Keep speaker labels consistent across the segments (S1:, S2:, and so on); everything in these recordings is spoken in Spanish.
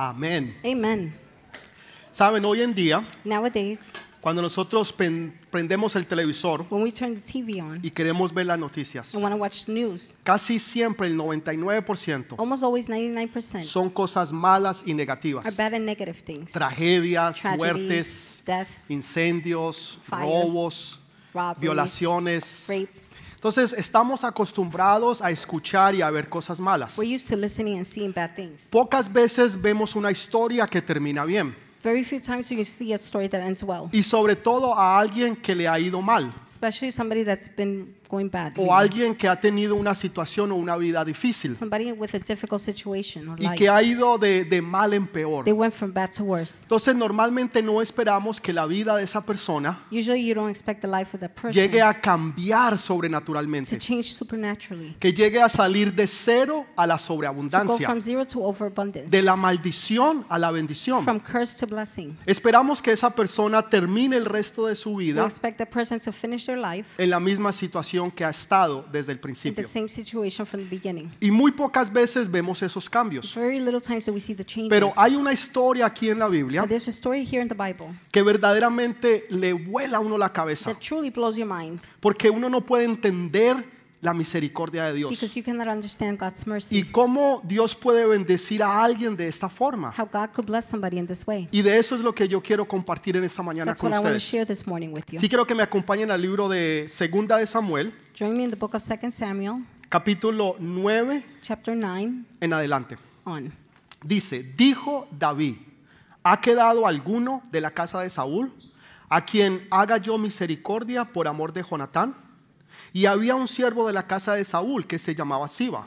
S1: Amén.
S2: Amen.
S1: Saben, hoy en día,
S2: Nowadays,
S1: cuando nosotros pen- prendemos el televisor
S2: when we turn the TV on
S1: y queremos ver las noticias,
S2: and want to watch news,
S1: casi siempre el 99%
S2: almost always 99%
S1: son cosas malas y
S2: are
S1: negativas.
S2: bad and negative things.
S1: Tragedias,
S2: Tragedies,
S1: muertes,
S2: deaths,
S1: incendios,
S2: Fires,
S1: robos,
S2: robberies,
S1: violaciones.
S2: rapes.
S1: Entonces estamos acostumbrados a escuchar y a ver cosas malas.
S2: We're used to listening and seeing bad things.
S1: Pocas veces vemos una historia que termina bien
S2: Very few times do you see a story that ends well,
S1: y sobre todo a alguien que le ha ido mal
S2: especially somebody that's been going bad.
S1: o alguien que ha tenido una situación o una vida difícil
S2: Somebody with a difficult situation or
S1: y
S2: life.
S1: que ha ido de, de mal en peor.
S2: They went from bad to worse.
S1: Entonces normalmente no esperamos que la vida de esa persona
S2: Usually you don't expect the life of that person
S1: llegue a cambiar
S2: to
S1: sobrenaturalmente,
S2: change supernaturally.
S1: que llegue a salir de cero a la
S2: To go
S1: sobreabundancia,
S2: from zero to overabundance.
S1: de la maldición a la bendición.
S2: From curse to blessing.
S1: Esperamos que esa persona termine el resto de su
S2: We
S1: vida
S2: expect that person to finish their life
S1: en la misma situación que ha estado desde el
S2: in the
S1: principio.
S2: same situation from the beginning.
S1: Y muy pocas veces vemos esos cambios.
S2: Very little times do we see the changes.
S1: Pero hay una historia aquí en la Biblia
S2: But there's a story here in the Bible
S1: que verdaderamente le vuela a uno la cabeza,
S2: that truly blows your mind
S1: porque uno no puede entender la misericordia de Dios
S2: because you cannot understand God's
S1: y
S2: mercy.
S1: cómo Dios puede bendecir a alguien de esta forma.
S2: How God could bless somebody in this way.
S1: Y de eso es lo que yo quiero compartir en esta mañana
S2: That's
S1: con
S2: what I want to
S1: ustedes.
S2: share this morning with you.
S1: Sí quiero que me acompañen al libro de Segunda de Samuel,
S2: Join me in the book of 2 Samuel,
S1: capítulo 9
S2: chapter 9,
S1: en adelante.
S2: on.
S1: Dice, dijo David, ¿ha quedado alguno de la casa de Saúl a quien haga yo misericordia por amor de Jonatán? Y había un siervo de la casa de Saúl que se llamaba Siba,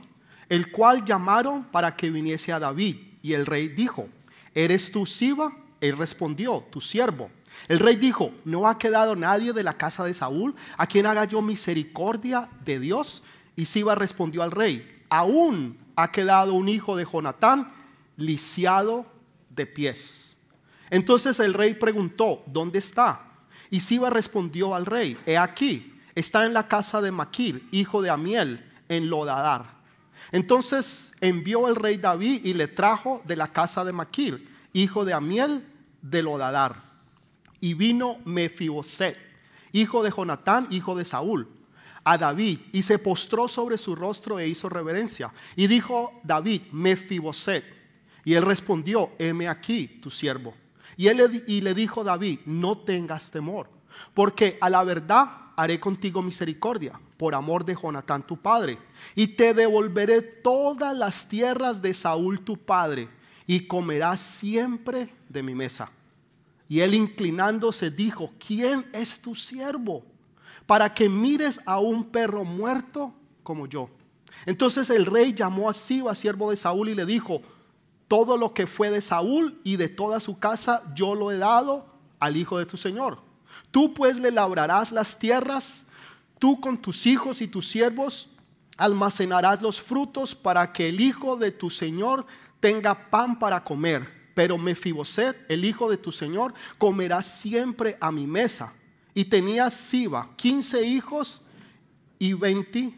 S1: el cual llamaron para que viniese a David. Y el rey dijo, ¿eres tú Siba? Él respondió, tu siervo. El rey dijo, ¿no ha quedado nadie de la casa de Saúl a quien haga yo misericordia de Dios? Y Siba respondió al rey, aún ha quedado un hijo de Jonatán lisiado de pies. Entonces el rey preguntó, ¿dónde está? Y Siba respondió al rey, he aquí, está en la casa de Maquir, hijo de Amiel, en Lodadar. Entonces envió el rey David y le trajo de la casa de Maquir, hijo de Amiel, de Lodadar. Y vino Mefiboset, hijo de Jonatán, hijo de Saúl, a David, y se postró sobre su rostro e hizo reverencia. Y dijo David, Mefiboset. Y él respondió, heme aquí, tu siervo. Y, él le, di- y le dijo David, no tengas temor, porque a la verdad haré contigo misericordia, por amor de Jonatán tu padre, y te devolveré todas las tierras de Saúl tu padre, y comerás siempre de mi mesa. Y él inclinándose dijo, ¿quién es tu siervo? Para que mires a un perro muerto como yo. Entonces el rey llamó a Siba, siervo de Saúl, y le dijo, todo lo que fue de Saúl y de toda su casa yo lo he dado al hijo de tu señor. Tú pues le labrarás las tierras, tú con tus hijos y tus siervos almacenarás los frutos para que el hijo de tu señor tenga pan para comer. Pero Mefiboset, el hijo de tu señor, comerá siempre a mi mesa. Y tenía Siba 15 hijos y 20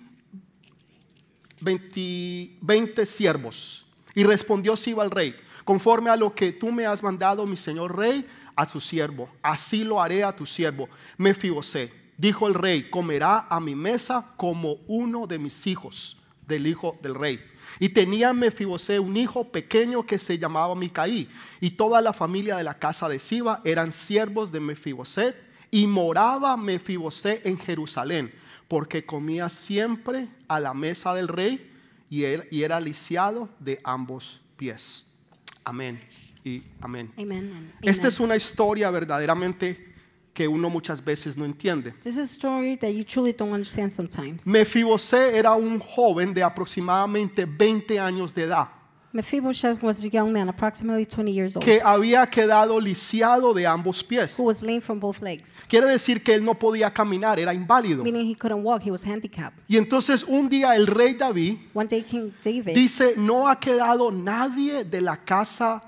S1: 20, 20 siervos. Y respondió Siba al rey, conforme a lo que tú me has mandado, mi señor rey, a tu siervo. Así lo haré a tu siervo. Mefiboset, dijo el rey, comerá a mi mesa como uno de mis hijos, del hijo del rey. Y tenía Mefiboset un hijo pequeño que se llamaba Micaí, y toda la familia de la casa de Siba eran siervos de Mefiboset, y moraba Mefiboset en Jerusalén porque comía siempre a la mesa del rey y, él- y era lisiado de ambos pies. Amén y amén.
S2: Amen. and amen.
S1: Esta es una historia verdaderamente que uno muchas veces no entiende.
S2: This is a story that you truly don't understand sometimes.
S1: Mefibosé era un joven de aproximadamente 20 años de edad
S2: Mephibosheth was a young man, approximately 20 years old,
S1: que había quedado lisiado de ambos pies.
S2: who was lame from both legs,
S1: Quiere decir que él no podía caminar, era inválido.
S2: meaning he couldn't walk, he was handicapped.
S1: Y entonces un día el rey David
S2: One day, King David
S1: Dice, no ha quedado nadie de la casa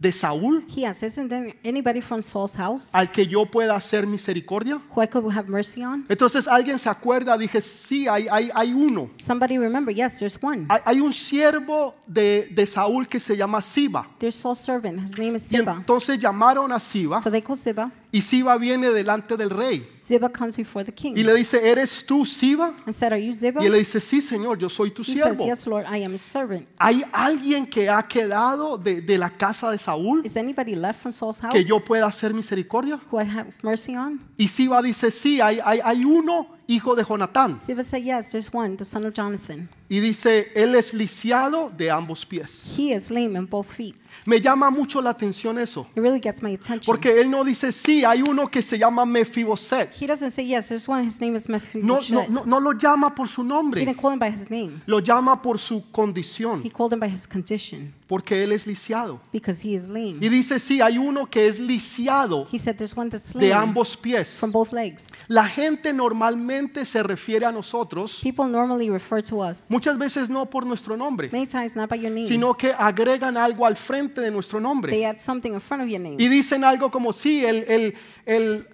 S1: de Saúl
S2: He asked, Isn't there anybody from Saul's house
S1: al que yo pueda hacer misericordia?
S2: who I could have mercy on?
S1: Entonces alguien se acuerda, dije, sí, hay, hay, hay uno.
S2: Somebody remember, yes, there's one.
S1: Hay, hay un siervo de, de Saúl que se llama Siba.
S2: There's Saul's servant. His name is
S1: Y
S2: Ziba.
S1: entonces llamaron a Siba
S2: So they call Ziba.
S1: y Siba viene delante del rey
S2: Ziba comes before the king
S1: y le dice, ¿eres tú Siba?
S2: and said, Are you Ziba?
S1: Y él le dice, sí, señor, yo soy tu
S2: He says,
S1: siervo.
S2: Yes, Lord, I am a servant.
S1: ¿Hay alguien que ha quedado de, de la casa de Saúl
S2: Is anybody left from Saul's house
S1: que yo pueda hacer misericordia?
S2: who I have mercy on?
S1: Y Siba dice, sí, hay, hay, hay uno, hijo de Jonatán.
S2: Ziba said, Yes, there's one, the son of Jonathan.
S1: Y dice, él es lisiado de ambos pies.
S2: He is lame in both feet.
S1: Me llama mucho la atención eso,
S2: It really gets my attention.
S1: porque él no dice, sí, hay uno que se llama Mefiboset.
S2: he doesn't say, Yes, there's one, his name is Mephibosheth.
S1: No, no, no, no lo llama por su
S2: He
S1: nombre,
S2: didn't call him by his name.
S1: lo llama por su
S2: He
S1: condición,
S2: called him by his condition
S1: porque él es lisiado.
S2: because he is lame.
S1: Y dice, sí, hay uno que es lisiado
S2: He said, There's one that's
S1: de
S2: lame
S1: ambos pies.
S2: from both legs.
S1: La gente normalmente se refiere a nosotros,
S2: People normally refer to us,
S1: muchas veces no por nuestro nombre,
S2: many times not by your name.
S1: sino que agregan algo al frente de nuestro nombre
S2: they add something in front of your name.
S1: y dicen algo como sí, el, el, el-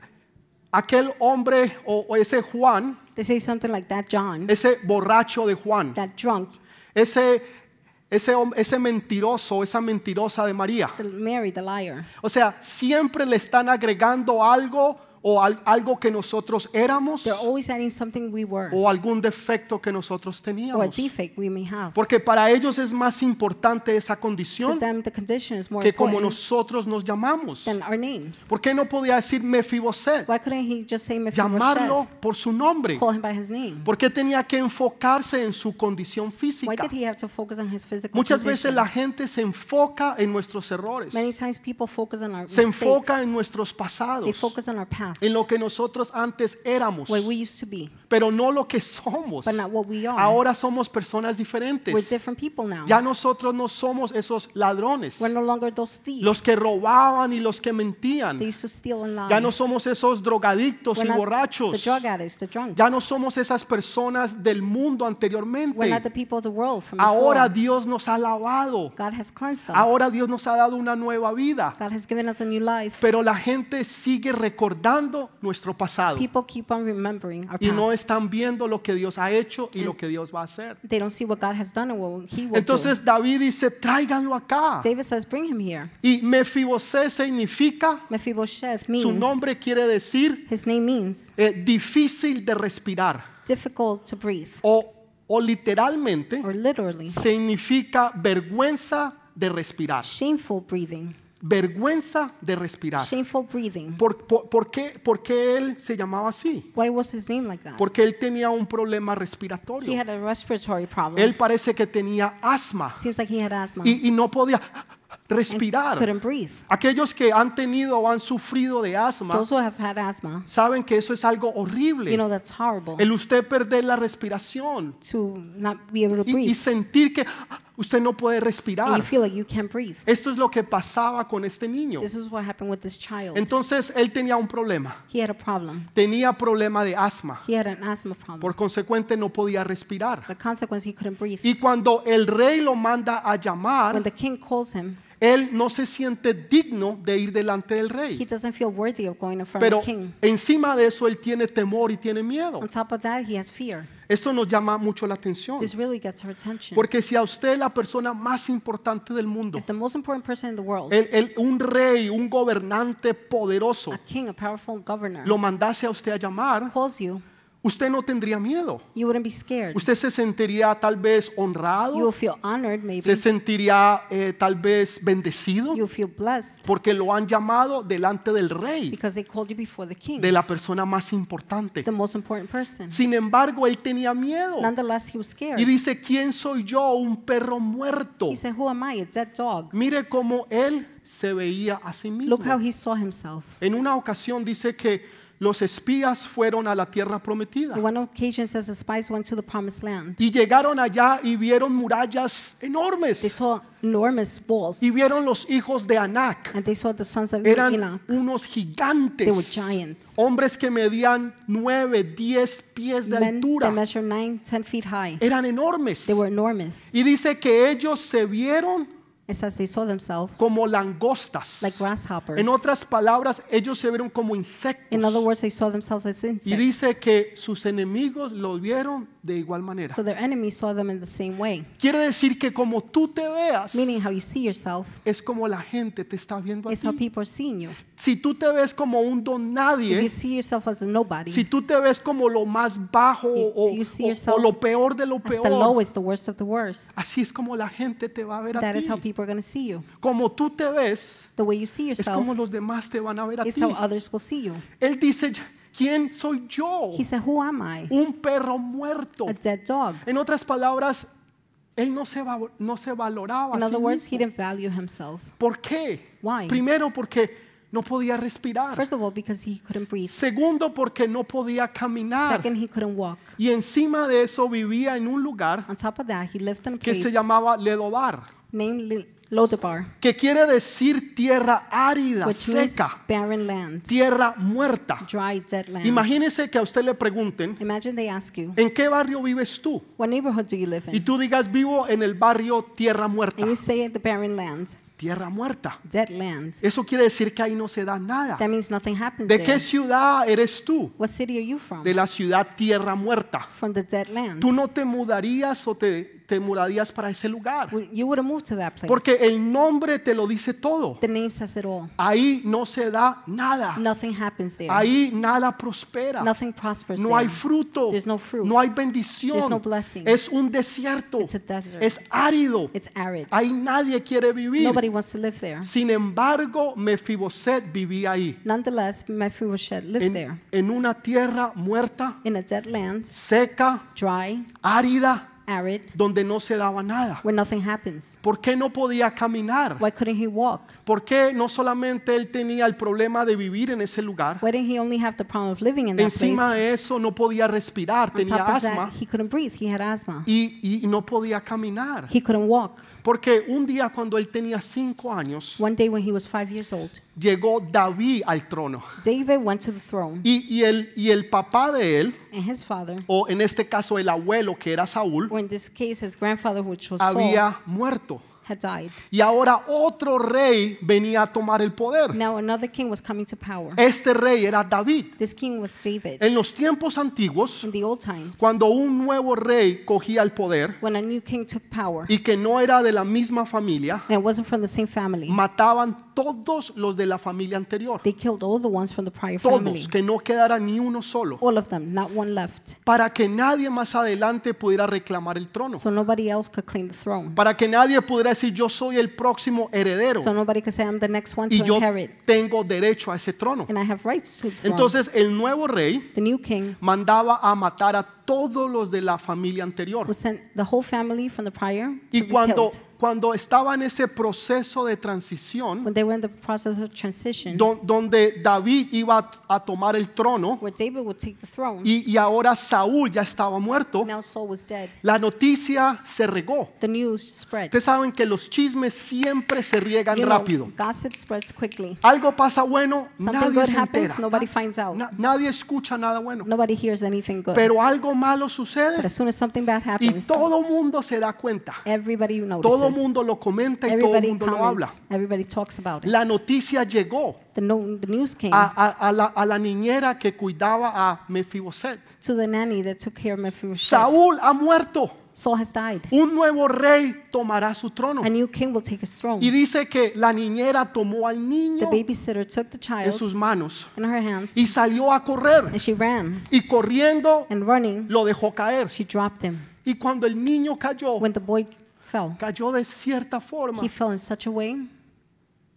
S1: aquel hombre o, o ese Juan,
S2: They say something like that, John,
S1: ese borracho de Juan,
S2: that drunk,
S1: ese, ese, hom- ese mentiroso, esa mentirosa de María.
S2: the Mary, the liar.
S1: O sea, siempre le están agregando algo o al- algo que nosotros éramos
S2: They're always adding something we were
S1: o algún defecto que nosotros
S2: or a
S1: teníamos.
S2: defect we may have.
S1: Porque para ellos es más importante esa
S2: To
S1: condición
S2: them, the condition is more
S1: que como
S2: important
S1: nosotros nos llamamos.
S2: than our names.
S1: ¿Por qué no podía decir Mefiboset?
S2: Why couldn't he just say
S1: Llamarlo
S2: Mephibosheth?
S1: por su nombre.
S2: Call him by his name.
S1: ¿Por qué tenía que enfocarse en su condición
S2: Why
S1: física?
S2: did he have to focus on his physical
S1: Muchas veces
S2: condition?
S1: la gente se enfoca en nuestros errores,
S2: Many times people focus on our
S1: se
S2: mistakes.
S1: enfoca en nuestros
S2: They
S1: pasados,
S2: focus on our past,
S1: en lo que nosotros antes éramos,
S2: what we used to be,
S1: pero no lo que somos.
S2: but not what we are.
S1: Ahora somos personas
S2: We're
S1: diferentes.
S2: different people now.
S1: Ya nosotros no somos esos ladrones.
S2: We're no longer those thieves.
S1: los que robaban y los que
S2: They
S1: mentían.
S2: used to steal and lie.
S1: Ya no somos esos drogadictos y
S2: We're not the
S1: borrachos.
S2: drug addicts, the drunks.
S1: Ya no somos esas personas del mundo
S2: We're not the
S1: anteriormente.
S2: people of the world from
S1: Ahora
S2: before.
S1: Dios nos ha lavado.
S2: God has cleansed us.
S1: Ahora Dios nos ha dado una nueva vida.
S2: God has given us a new life.
S1: Pero la gente sigue recordando nuestro pasado
S2: People keep on remembering our
S1: y no
S2: past.
S1: están viendo lo que Dios ha hecho y lo que Dios va a hacer.
S2: They don't see what God has done and what He will
S1: Entonces David dice, tráiganlo acá.
S2: do. David says, "Bring him here."
S1: Y Mefiboset significa,
S2: Mephibosheth
S1: su
S2: means
S1: nombre quiere decir
S2: his name means
S1: eh, difícil de respirar
S2: difficult to breathe,
S1: o, o literalmente
S2: or literally
S1: significa vergüenza de respirar.
S2: shameful breathing.
S1: Vergüenza de respirar.
S2: Shameful breathing.
S1: ¿Por, por- por qué, por qué él se llamaba así?
S2: Why was his name like that?
S1: Porque él tenía un problema
S2: He
S1: respiratorio.
S2: had a respiratory problem.
S1: Él parece que tenía asma
S2: Seems like he had asthma.
S1: y, y no podía
S2: and
S1: respirar.
S2: Couldn't breathe.
S1: Aquellos que han tenido o han sufrido de asma
S2: Those who have had asthma,
S1: saben que eso es algo
S2: you know
S1: horrible.
S2: that's horrible.
S1: El usted perder la respiración.
S2: to not be able to
S1: y, y
S2: breathe.
S1: sentir que usted no puede
S2: And
S1: respirar.
S2: you feel like you can't breathe.
S1: Esto es lo que pasaba con este niño.
S2: This is what happened with this child.
S1: Entonces él tenía un problema.
S2: He had a problem.
S1: Tenía problema de asma.
S2: He had an asthma problem.
S1: Por consecuente no podía respirar.
S2: The consequence, he couldn't breathe.
S1: Y cuando el rey lo manda a
S2: When
S1: llamar,
S2: the king calls him,
S1: él no se siente digno de ir delante del
S2: he
S1: rey.
S2: doesn't feel worthy of going in front
S1: Pero
S2: of the king.
S1: encima de eso él tiene temor y tiene miedo.
S2: On top of that, he has fear.
S1: Esto nos llama mucho la atención.
S2: This really gets her attention.
S1: Porque si a usted es la persona más importante del mundo,
S2: If the most important person in the world,
S1: el- el- un rey, un gobernante poderoso,
S2: a king, a powerful governor,
S1: lo mandase a usted a llamar,
S2: calls you,
S1: usted no tendría miedo.
S2: you wouldn't be scared.
S1: Usted se sentiría tal vez
S2: You will
S1: honrado,
S2: feel honored, maybe.
S1: se sentiría eh, tal vez bendecido,
S2: You'll feel blessed
S1: porque lo han llamado delante del rey,
S2: because they called you before the king,
S1: de la persona más importante.
S2: the most important person.
S1: Sin embargo, él tenía miedo
S2: Nonetheless, he was scared.
S1: y dice, ¿quién soy yo? Un perro muerto.
S2: He said, Who am I? A dead dog.
S1: Mire cómo él se veía a sí mismo.
S2: Look how he saw himself.
S1: En una ocasión dice que los espías fueron a la tierra prometida.
S2: On one occasion says the spies went to the promised land.
S1: Y llegaron allá y vieron murallas
S2: They
S1: enormes.
S2: saw enormous walls
S1: Y vieron los hijos de Anac.
S2: and they saw the sons of
S1: Eran
S2: Elah.
S1: unos
S2: They were
S1: gigantes.
S2: giants.
S1: Hombres que medían 9, 10 pies de
S2: Men that
S1: altura.
S2: measured nine, ten feet high.
S1: Eran enormes.
S2: They were enormous.
S1: Y dice que ellos se vieron
S2: It says they saw themselves
S1: como langostas.
S2: like grasshoppers.
S1: En otras palabras, ellos se vieron como
S2: In other
S1: insectos.
S2: words, they saw themselves as
S1: Y
S2: insects.
S1: dice que sus enemigos lo vieron de igual manera.
S2: So their enemies saw them in the same way,
S1: Quiere decir que como tú te veas,
S2: meaning how you see yourself
S1: es como la gente te está viendo a
S2: is how
S1: ti.
S2: people are seeing you.
S1: Si tú te ves como un don
S2: If
S1: nadie,
S2: you see yourself as a nobody,
S1: si tú te ves como lo más bajo o,
S2: you see
S1: o-
S2: yourself
S1: o lo peor de lo
S2: as the
S1: peor,
S2: lowest, the worst of the worst,
S1: así es como la gente te va a ver a
S2: that is how
S1: ti.
S2: people are going to see you.
S1: Como tú te ves,
S2: The way you see
S1: es como
S2: yourself
S1: los demás te van a ver a
S2: is
S1: ti.
S2: how others will see you.
S1: Él dice, ¿quién soy yo?
S2: He said, Who am I?
S1: Un perro muerto.
S2: A dead dog.
S1: En otras palabras, él no se, va- no se valoraba. a
S2: In
S1: sí
S2: other words, he
S1: mismo.
S2: didn't value himself.
S1: ¿Por qué?
S2: Why?
S1: Primero, porque no podía respirar.
S2: First of all, because he couldn't breathe.
S1: Segundo, porque no podía caminar.
S2: Second, he couldn't walk.
S1: Y encima de eso vivía en un lugar
S2: On top of that, he lived in a
S1: que
S2: place
S1: se llamaba Ledodar,
S2: named Li- Lodabar,
S1: que quiere decir tierra árida,
S2: which means
S1: seca,
S2: barren land,
S1: tierra muerta.
S2: dry, dead land.
S1: Imagínese que a usted le pregunten,
S2: Imagine they ask you,
S1: ¿en qué barrio vives tú?
S2: What neighborhood do you live
S1: Y
S2: in?
S1: tú digas, vivo en el barrio tierra muerta.
S2: And you say the barren land,
S1: Tierra muerta.
S2: dead land.
S1: Eso quiere decir que ahí no se da nada.
S2: That means nothing happens
S1: ¿De qué
S2: there.
S1: ciudad eres tú?
S2: What city are you from?
S1: De la ciudad tierra muerta.
S2: From the dead land.
S1: Tú no te mudarías o te, te mudarías para ese lugar.
S2: Would- You would have moved to that place.
S1: Porque el nombre te lo dice todo.
S2: The name says it all.
S1: Ahí no se da nada.
S2: Nothing happens there.
S1: Ahí nada prospera.
S2: Nothing prospers
S1: No
S2: there.
S1: hay fruto.
S2: There's no fruit.
S1: No hay bendición.
S2: There's no blessing.
S1: Es un desierto.
S2: It's a desert.
S1: Es árido.
S2: It's arid.
S1: Ahí nadie quiere vivir.
S2: Nobody wants to live there.
S1: Sin embargo, Mefiboset vivía ahí.
S2: Nonetheless, Mephibosheth lived there
S1: En, en una tierra muerta,
S2: in a dead land,
S1: seca,
S2: dry,
S1: árida,
S2: arid,
S1: donde no se daba nada.
S2: where nothing happens.
S1: ¿Por qué no podía caminar?
S2: Why couldn't he walk?
S1: ¿Por qué no solamente él tenía el problema de vivir en ese lugar?
S2: Why didn't he only have the problem of living in that place?
S1: Encima de eso no podía respirar,
S2: On
S1: tenía
S2: top of that,
S1: asma
S2: he couldn't breathe. He had asthma.
S1: y, y no podía caminar.
S2: He couldn't walk.
S1: Porque un día cuando él tenía cinco años,
S2: One day when he was five years old,
S1: llegó David al trono.
S2: David went to the throne,
S1: Y, y el, y el papá de él,
S2: and his father,
S1: o en este caso el abuelo que era Saúl,
S2: or in this case his grandfather, which was Saul,
S1: había muerto.
S2: had died.
S1: Y ahora otro rey venía a tomar el poder.
S2: Now another king was coming to power.
S1: Este rey era David.
S2: This king was David.
S1: En los tiempos antiguos,
S2: In the old times,
S1: cuando un nuevo rey cogía el poder
S2: when a new king took power,
S1: y que no era de la misma familia,
S2: and it wasn't from the same family,
S1: mataban todos los de la familia anterior.
S2: They killed all the ones from the prior family.
S1: Todos, que no quedara ni uno solo.
S2: All of them, not one left.
S1: Para que nadie más adelante pudiera reclamar el trono.
S2: So nobody else could claim the throne.
S1: Para que nadie pudiera decir yo soy el próximo heredero
S2: So nobody could say, I'm the next one to
S1: y yo
S2: inherit,
S1: tengo derecho a ese trono.
S2: and I have rights to the throne.
S1: Entonces el nuevo rey
S2: the new king
S1: mandaba a matar a todos los de la familia anterior.
S2: was sent the whole family from the prior to
S1: Y
S2: be
S1: cuando,
S2: killed.
S1: cuando estaba en ese proceso de transición,
S2: When they were in the process of transition,
S1: do- donde David iba a- a tomar el trono
S2: where David would take the throne,
S1: y, y ahora Saúl ya estaba muerto,
S2: now Saul was dead.
S1: la noticia se regó.
S2: The news spread.
S1: Ustedes saben que los chismes siempre se riegan
S2: You know,
S1: rápido.
S2: gossip spreads quickly.
S1: Algo pasa bueno,
S2: Something
S1: nadie
S2: good
S1: se entera.
S2: happens, nobody finds out.
S1: Na- nadie escucha nada bueno.
S2: Nobody hears anything good.
S1: Pero algo malo
S2: but
S1: sucede
S2: as soon as something bad
S1: y
S2: happens,
S1: todo mundo se da cuenta.
S2: everybody notices.
S1: Todo mundo lo comenta y todo
S2: Everybody
S1: mundo lo habla.
S2: comments. Everybody talks about it.
S1: La Ah. noticia llegó
S2: The, no, the news came
S1: a, a- a la, a la niñera que cuidaba a Mefiboset.
S2: to the nanny that took care of my food.
S1: Saúl ha muerto.
S2: Saul has died.
S1: Un nuevo rey tomará su trono.
S2: A new king will take his throne.
S1: Y dice que la niñera tomó al
S2: The
S1: niño
S2: babysitter took the
S1: en
S2: child
S1: sus manos
S2: in her hands
S1: y salió a correr.
S2: and she ran.
S1: Y corriendo
S2: And running,
S1: lo dejó caer.
S2: she dropped him.
S1: Y cuando el niño cayó,
S2: When the boy fell,
S1: cayó de cierta forma
S2: he fell in such a way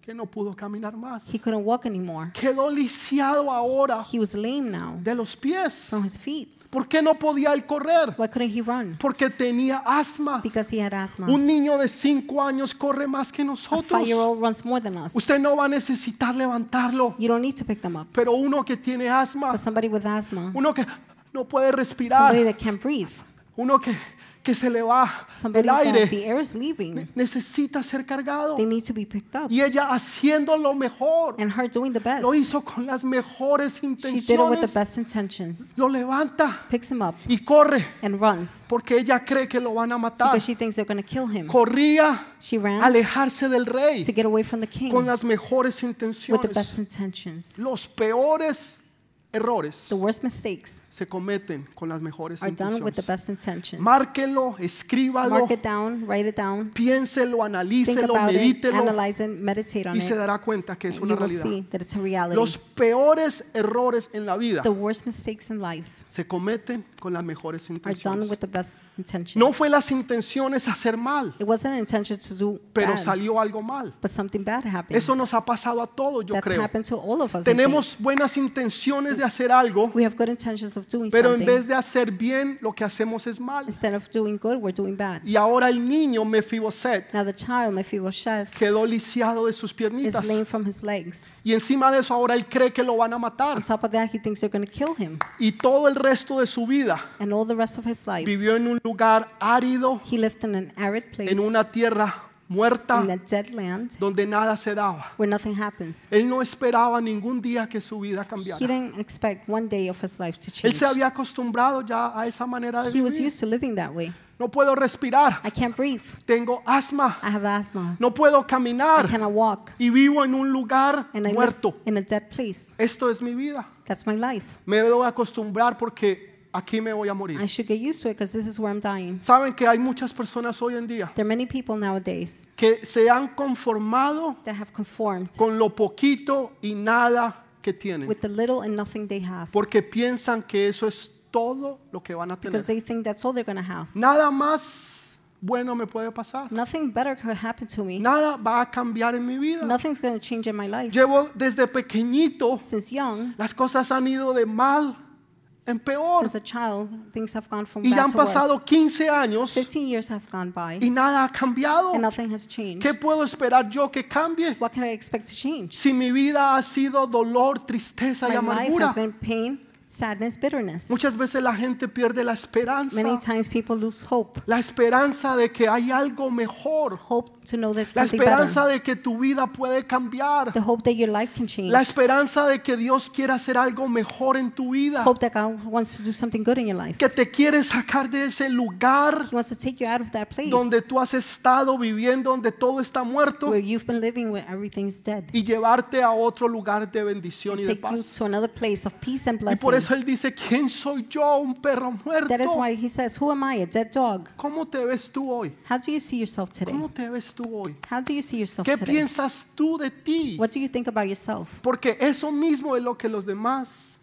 S1: que no pudo caminar más.
S2: he couldn't walk anymore.
S1: Quedó lisiado ahora
S2: He was lame now
S1: de los pies.
S2: from his feet.
S1: ¿Por qué no podía él correr?
S2: Why couldn't he run?
S1: Porque tenía asma.
S2: Because he had asthma.
S1: Un niño de 5 años corre más que
S2: A
S1: nosotros.
S2: five-year-old runs more than us.
S1: Usted no va a necesitar levantarlo,
S2: You don't need to pick them up.
S1: pero uno que tiene asma,
S2: Pues, But somebody with asthma,
S1: uno que no puede respirar,
S2: somebody that can't breathe,
S1: uno que que se le va
S2: Somebody
S1: el
S2: that the
S1: aire.
S2: air is leaving.
S1: Necesita ser cargado.
S2: They need to be picked up.
S1: Y ella haciendo lo mejor.
S2: And her doing the best.
S1: Lo hizo con las mejores
S2: She did it with the
S1: intenciones.
S2: best intentions.
S1: Lo levanta
S2: Picks him up
S1: y corre
S2: and runs
S1: porque ella cree que lo van a matar.
S2: because she thinks they're going to kill him.
S1: Corría
S2: She
S1: a
S2: ran
S1: alejarse del rey
S2: to get away from the king
S1: con las mejores
S2: with the best
S1: intenciones.
S2: intentions.
S1: Los peores errores
S2: The worst mistakes
S1: se cometen con las mejores
S2: are done with the
S1: intenciones.
S2: best intentions.
S1: Márquelo, escríbalo,
S2: Mark it down, write it down,
S1: piénselo,
S2: think
S1: analícelo,
S2: about it,
S1: medítelo
S2: analyze it, meditate on
S1: y se
S2: it.
S1: dará cuenta que es
S2: and
S1: una
S2: You will
S1: realidad.
S2: see that it's a reality.
S1: Los peores errores en la vida
S2: The worst mistakes in life
S1: se cometen con las mejores
S2: are done
S1: intenciones.
S2: with the best intentions.
S1: No fue las intenciones hacer mal,
S2: It wasn't an intention to do
S1: pero
S2: bad,
S1: salió algo mal.
S2: but something bad happened.
S1: Eso nos ha pasado a todos, yo
S2: That's
S1: creo.
S2: happened to all of us. I think.
S1: Tenemos buenas intenciones de hacer algo,
S2: We have good intentions of doing
S1: pero en
S2: something.
S1: vez de hacer bien, lo que hacemos es mal.
S2: Instead of doing good, we're doing bad.
S1: Y ahora el niño Mefiboset
S2: Now the child, my feeble shed,
S1: quedó lisiado de sus
S2: is
S1: piernitas.
S2: lame from his legs.
S1: Y encima de eso ahora él cree que lo van a
S2: On
S1: matar.
S2: top of that, he thinks they're going to kill him.
S1: Y todo el resto de su vida
S2: And all the rest of his life,
S1: vivió en un lugar árido,
S2: he lived in an arid place,
S1: en
S2: in
S1: una tierra muerta,
S2: a dead land,
S1: donde nada se daba.
S2: where nothing happens.
S1: Él no esperaba ningún día que su vida
S2: He
S1: cambiara.
S2: didn't expect one day of his life to
S1: Él
S2: change.
S1: se había acostumbrado ya a esa manera de
S2: He was
S1: vivir.
S2: used to living that way.
S1: No puedo respirar,
S2: I can't breathe.
S1: tengo asma,
S2: I have asthma.
S1: no puedo
S2: I
S1: caminar
S2: cannot walk.
S1: y vivo en un lugar
S2: And I
S1: muerto.
S2: live in a dead place.
S1: Esto es mi vida.
S2: That's my life.
S1: Me debo acostumbrar porque aquí me voy a
S2: I
S1: morir.
S2: should get used to it because this is where I'm dying.
S1: Saben que hay muchas personas hoy en día
S2: There are many people nowadays
S1: que se han conformado
S2: that have conformed
S1: con lo poquito y nada que tienen,
S2: with the little and nothing they have
S1: porque piensan que eso es todo lo que van a tener.
S2: because they think that's all they're going to have.
S1: Nada más bueno me puede pasar.
S2: Nothing better could happen to me.
S1: Nada va a cambiar en mi vida.
S2: Nothing's going to change in my life.
S1: Llevo desde pequeñito,
S2: Since young,
S1: las cosas han ido de mal en peor.
S2: since a child, things have gone from
S1: Y ya
S2: bad
S1: han
S2: to worse.
S1: pasado 15 años
S2: 15 years have gone by
S1: y nada ha cambiado.
S2: and nothing has changed.
S1: ¿Qué puedo esperar yo que cambie?
S2: What can I expect to change?
S1: Si mi vida ha sido dolor, tristeza y
S2: My life has
S1: amargura.
S2: been pain, sadness, bitterness.
S1: Muchas veces la gente pierde la esperanza.
S2: Many times people lose hope.
S1: La esperanza de que hay algo mejor.
S2: Hope to know that
S1: La
S2: something
S1: esperanza
S2: better.
S1: de que tu vida puede cambiar.
S2: The hope that your life can change.
S1: La esperanza de que Dios quiere hacer algo mejor en tu vida.
S2: Hope that God wants to do something good in your life.
S1: Que te quiere sacar de ese lugar
S2: He wants to take you out of that place
S1: donde tú has estado viviendo, donde todo está muerto,
S2: where you've been living where everything's dead.
S1: y llevarte a otro lugar de bendición y de
S2: Take you
S1: paz.
S2: to another place of peace and
S1: Y por
S2: blessing.
S1: eso Él dice, ¿quién soy yo? Un perro muerto.
S2: That is why he says, Who am I? A dead dog.
S1: ¿Cómo te ves tú hoy?
S2: How do you see yourself today?
S1: ¿Cómo te ves tú hoy?
S2: How do you see yourself
S1: ¿Qué
S2: today?
S1: piensas tú de ti?
S2: What do you think about yourself?
S1: Porque eso mismo es lo que los demás